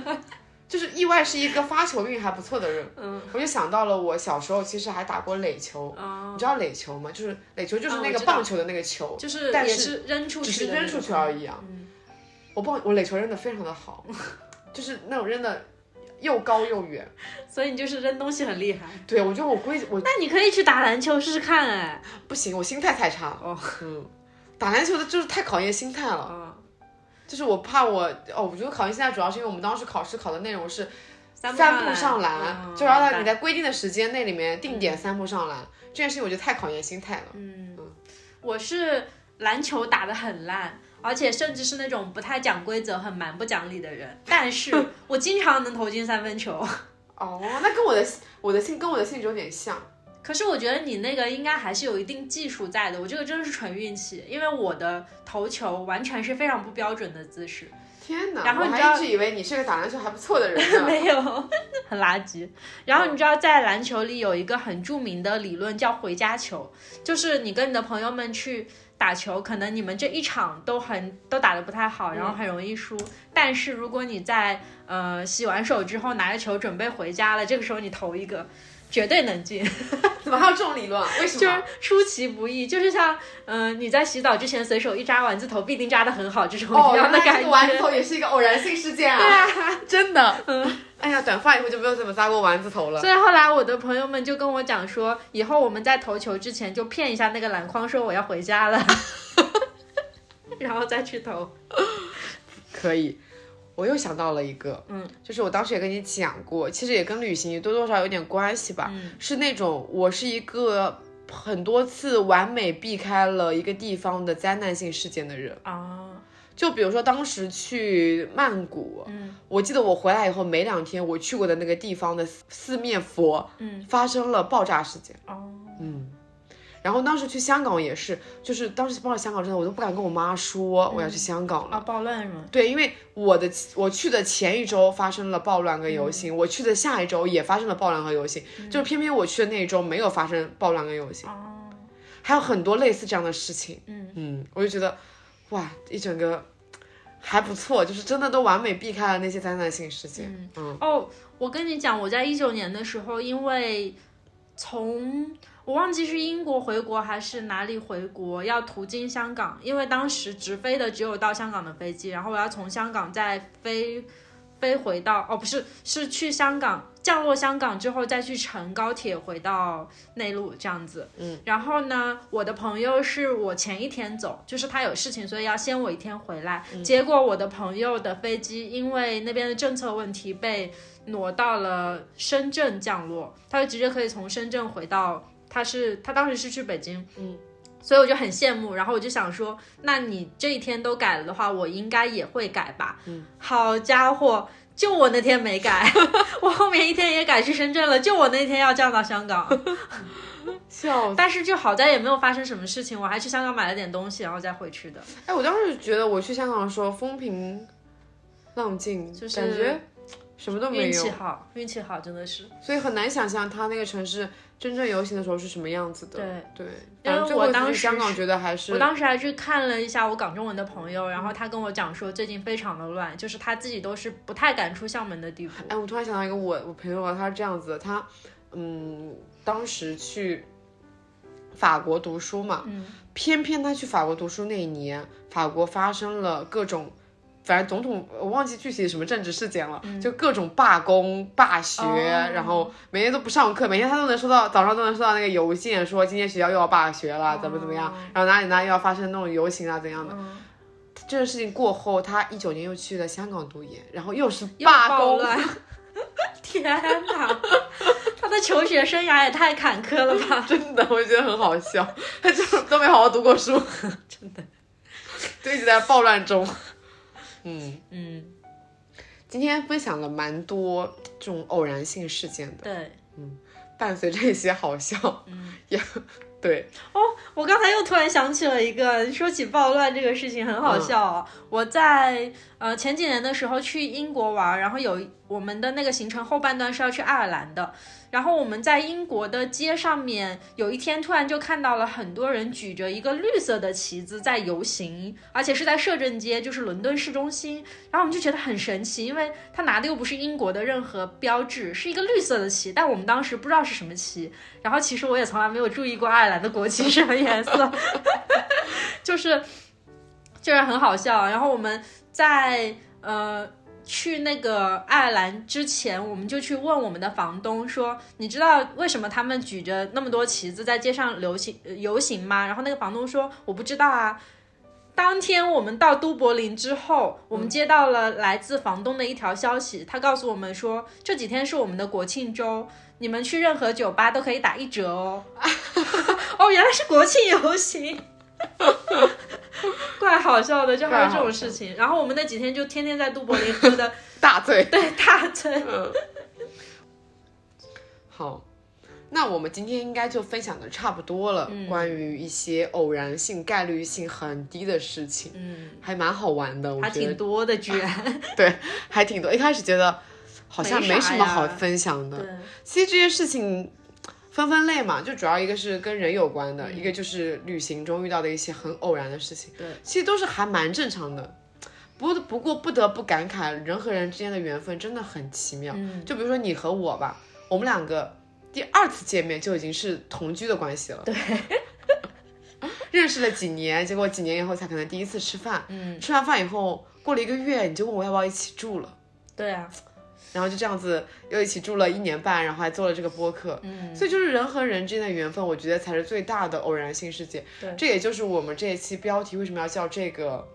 S2: 就是意外是一个发球运还不错的人。
S3: 嗯
S2: 我就想到了我小时候其实还打过垒球，
S3: 啊
S2: 你，知道垒球吗？就是垒球就是
S3: 啊
S2: 那
S3: 我
S2: 个
S3: 知道
S2: 棒球的那个球，
S3: 就是
S2: 但
S3: 也
S2: 是
S3: 是扔出
S2: 只
S3: 去
S2: 是
S3: 的那
S2: 扔
S3: 种，
S2: 出去而已啊。
S3: 嗯
S2: 我棒我垒球扔的非常的好， 就是那种扔的又高又远。
S3: 所以你就是扔东西很厉害。
S2: 对我觉得我规我
S3: 那你可以去打篮球试试看，哎。
S2: 不行，我心态太差了。
S3: 哦
S2: 嗯，打篮球的就是太考验心态了。
S3: 嗯，
S2: 就是我怕我哦，我觉得考验心态主要是因为我们当时考试考的内容是
S3: 三
S2: 三
S3: 步
S2: 步上篮，
S3: 嗯
S2: 就要在你在规定的时间内里面定点三步上篮，这件事情我觉得太考验心态了。
S3: 嗯，我是篮球打得很烂，而且甚至是那种不太讲规则、很蛮不讲理的人，但是我经常能投进三分球。
S2: 哦，那跟我的我的性跟我的性质有点像。
S3: 可是我觉得你那个应该还是有一定技术在的，我这个真的是纯运气，因为我的投球完全是非常不标准的姿势，
S2: 天哪！
S3: 然后
S2: 我
S3: 你知
S2: 还
S3: 道
S2: 一直以为你是个打篮球还不错的人呢。
S3: 没有， 很垃圾。然后你知道，在篮球里有一个很著名的理论叫回家球，就是你跟你的朋友们去打球，可能你们这一场都很都打得不太好，然后很容易输。但是如果你在呃洗完手之后拿着球准备回家了，这个时候你投一个，绝对能进。
S2: 怎么还有这种理论？啊为什么？
S3: 就是出其不意，就是像嗯、呃你在洗澡之前随手一扎丸子头，必定扎得很好这种
S2: 哦，
S3: 一样的
S2: 原来
S3: 感
S2: 这
S3: 觉。
S2: 个丸子头也是一个偶然性事件啊！真的。
S3: 嗯
S2: 哎呀，短发以后就没有怎么扎过丸子头了。
S3: 所以后来我的朋友们就跟我讲说，以后我们在投球之前就骗一下那个篮筐，说我要回 家了，然后再去投。
S2: 可以，我又想到了一个，
S3: 嗯，
S2: 就是我当时也跟你讲过，其实也跟旅行多多少少有点关系吧，
S3: 嗯
S2: 是那种我是一个很多次完美避开了一个地方的灾难性事件的人，
S3: 啊，
S2: 就比如说当时去曼谷，
S3: 嗯
S2: 我记得我回来以后没两天，我去过的那个地方的四四面佛
S3: 嗯，
S2: 发生了爆炸事件。
S3: 哦，
S2: 嗯，然后当时去香港也是，就是当时报了香港真的，我都不敢跟我妈说我要去香港了。
S3: 啊，暴乱是吗？
S2: 对，因为我的我去的前一周发生了暴乱跟游
S3: 嗯
S2: 行，我去的下一周也发生了暴乱和游行，就是偏偏我去的那一周没有发生暴乱跟游行，
S3: 哦，
S2: 还有很多类似这样的事情。
S3: 嗯
S2: 嗯，我就觉得，哇，一整个还不错，就是真的都完美避开了那些灾难性事件。嗯
S3: 哦，我跟你讲，我在一九年的时候，因为从我忘记是英国回国还是哪里回国，要途经香港，因为当时直飞的只有到香港的飞机，然后我要从香港再飞飞回到哦，不是，是去香港降落香港之后再去乘高铁回到内陆这样子。嗯，然后呢，我的朋友是我前一天走，就是他有事情，所以要先我一天回来。结果我的朋友的飞机因为那边的政策问题被挪到了深圳降落，他就直接可以从深圳回到，他是他当时是去北京，嗯。所以我就很羡慕，然后我就想说，那你这一天都改了的话，我应该也会改吧。嗯，好家伙，就我那天没改， 我后面一天也改去深圳了，就我那天要降到香港。
S2: 笑死！
S3: 但是就好在也没有发生什么事情，我还去香港买了点东西，然后再回去的。
S2: 哎，我当时觉得我去香港的时候风平浪静，
S3: 就是
S2: 感觉什么都没有。
S3: 运气好，运气好，真的是。
S2: 所以很难想象他那个城市真正游行的时候是什么样子的。
S3: 对
S2: 对，
S3: 因为
S2: 反正最
S3: 我
S2: 后一
S3: 当
S2: 次去
S3: 时
S2: 香港
S3: 是
S2: 觉得还是
S3: 我当时还去看了一下我港中文的朋友，然后他跟我讲说最近非常的乱，就是他自己都是不太敢出校门的地步。
S2: 哎，我突然想到一个我我朋友啊，他是这样子的，他嗯，当时去法国读书嘛，
S3: 嗯
S2: 偏偏他去法国读书那一年，法国发生了各种。反正总统我忘记具体什么政治事件了，就各种罢工、罢学，
S3: 嗯哦
S2: 然后每天都不上课，每天他都能收到早上都能收到那个邮件，说今天学校又要罢学了，怎么怎么样，然后哪里哪里又要发生那种游行啊怎样的。
S3: 哦嗯，
S2: 这个事情过后，他一九年又去了香港读研，然后又是
S3: 又
S2: 罢
S3: 暴
S2: 工，
S3: 乱。 天哪，他的求学生涯也太坎坷了吧！
S2: 真的，我就觉得很好笑，他就是都没好好读过书， 真的，就一直在暴乱中。嗯，
S3: 嗯，
S2: 今天分享了蛮多这种偶然性事件的，
S3: 对。
S2: 伴随着一些好笑，嗯，也对，
S3: 我刚才又突然想起了一个，说起暴乱这个事情很好笑哦。我在呃前几年的时候去英国玩，然后有我们的那个行程后半段是要去爱尔兰的，然后我们在英国的街上面，有一天突然就看到了很多人举着一个绿色的旗子在游行，而且是在摄政街，就是伦敦市中心。然后我们就觉得很神奇，因为他拿的又不是英国的任何标志，是一个绿色的旗，但我们当时不知道是什么旗。然后其实我也从来没有注意过爱尔兰的国旗是什么颜色， 就是就是很好笑。然后我们在呃去那个爱尔兰之前，我们就去问我们的房东说，你知道为什么他们举着那么多旗子在街上流行呃游行吗？然后那个房东说，我不知道啊。当天我们到都柏林之后，我们接到了来自房东的一条消息，他告诉我们说，这几天是我们的国庆周，你们去任何酒吧都可以打一折 哦。哦，原来是国庆游 行，怪好笑的，就还有这种事情。然后我们那几天就天天在都柏林喝 的
S2: 大醉。
S3: 对大醉。
S2: 好，那我们今天应该就分享的差不多了，
S3: 嗯
S2: 关于一些偶然性、概率性很低的事情，
S3: 嗯，
S2: 还蛮好玩的，我
S3: 还
S2: 觉
S3: 挺
S2: 得
S3: 多的，居然。
S2: 对，还挺多。一开始觉得好像
S3: 没
S2: 没
S3: 啥
S2: 什么好
S3: 呀
S2: 分享的，
S3: 对，
S2: 其实这些事情分分类嘛，就主要一个是跟人有关的，一个就是旅行中遇到的一些很偶然的事情，
S3: 嗯对，
S2: 其实都是还蛮正常的。不不过不得不感慨，人和人之间的缘分真的很奇妙。
S3: 嗯
S2: 就比如说你和我吧，我们两个第二次见面就已经是同居的关系了，对， 认识了几年，结果几年以后才可能第一次吃饭，
S3: 嗯，
S2: 吃完饭以后过了一个月，你就问我要不要一起住了。
S3: 对啊，
S2: 然后就这样子又一起住了一年半，然后还做了这个播客，
S3: 嗯，
S2: 所以就是人和人之间的缘分，我觉得才是最大的偶然性事件。
S3: 对
S2: 这也就是我们这一期标题为什么要叫这个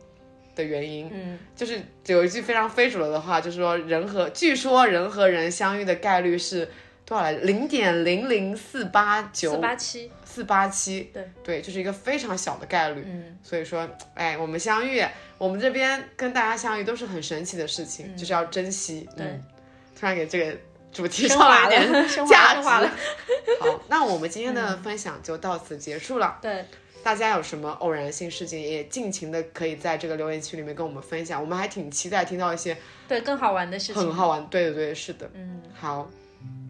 S2: 的原因。
S3: 嗯，
S2: 就是有一句非常非主流的话，就是说人和据说人和人相遇的概率是多少来着？零点零零四八
S3: 四
S2: 九
S3: 八七，
S2: 四八七，
S3: 对
S2: 对，就是一个非常小的概率。
S3: 嗯，
S2: 所以说，哎，我们相遇，我们这边跟大家相遇都是很神奇的事情，就是要珍惜。
S3: 对
S2: 嗯，突然给这个主题
S3: 升
S2: 上来
S3: 华
S2: 一
S3: 了
S2: 点，
S3: 升华
S2: 价
S3: 了升华
S2: 值
S3: 了。嗯
S2: 好，那我们今天的分享就到此结束了。
S3: 对，
S2: 大家有什么偶然性事件，也尽情的可以在这个留言区里面跟我们分享，我们还挺期待听到一些
S3: 对，更好玩的事
S2: 很
S3: 情。
S2: 好玩。对对对，是的。
S3: 嗯，
S2: 好，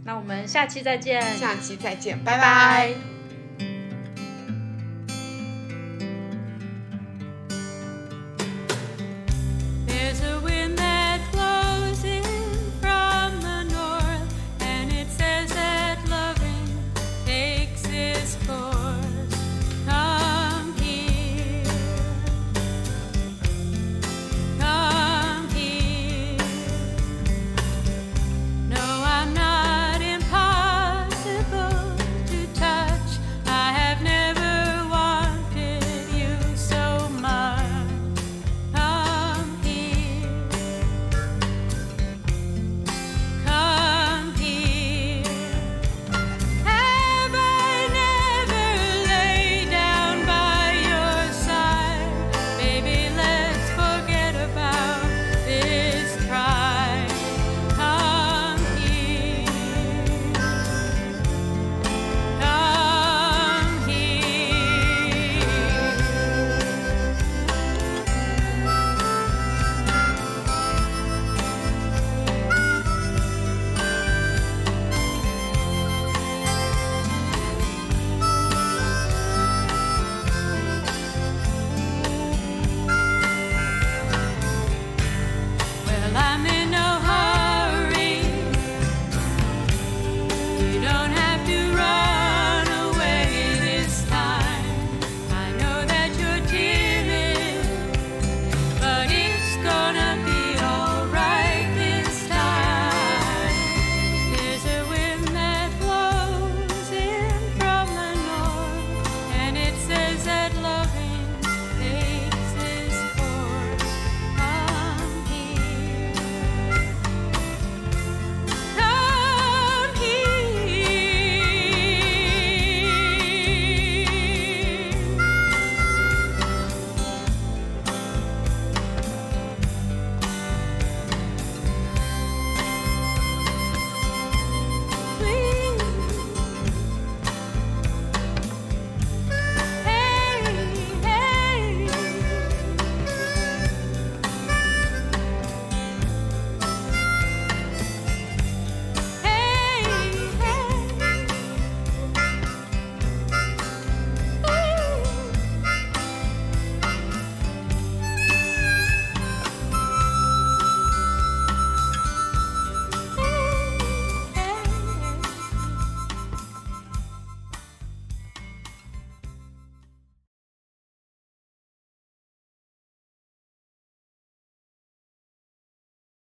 S3: 那我们下期再见，
S2: 下期再见，拜拜
S3: 拜拜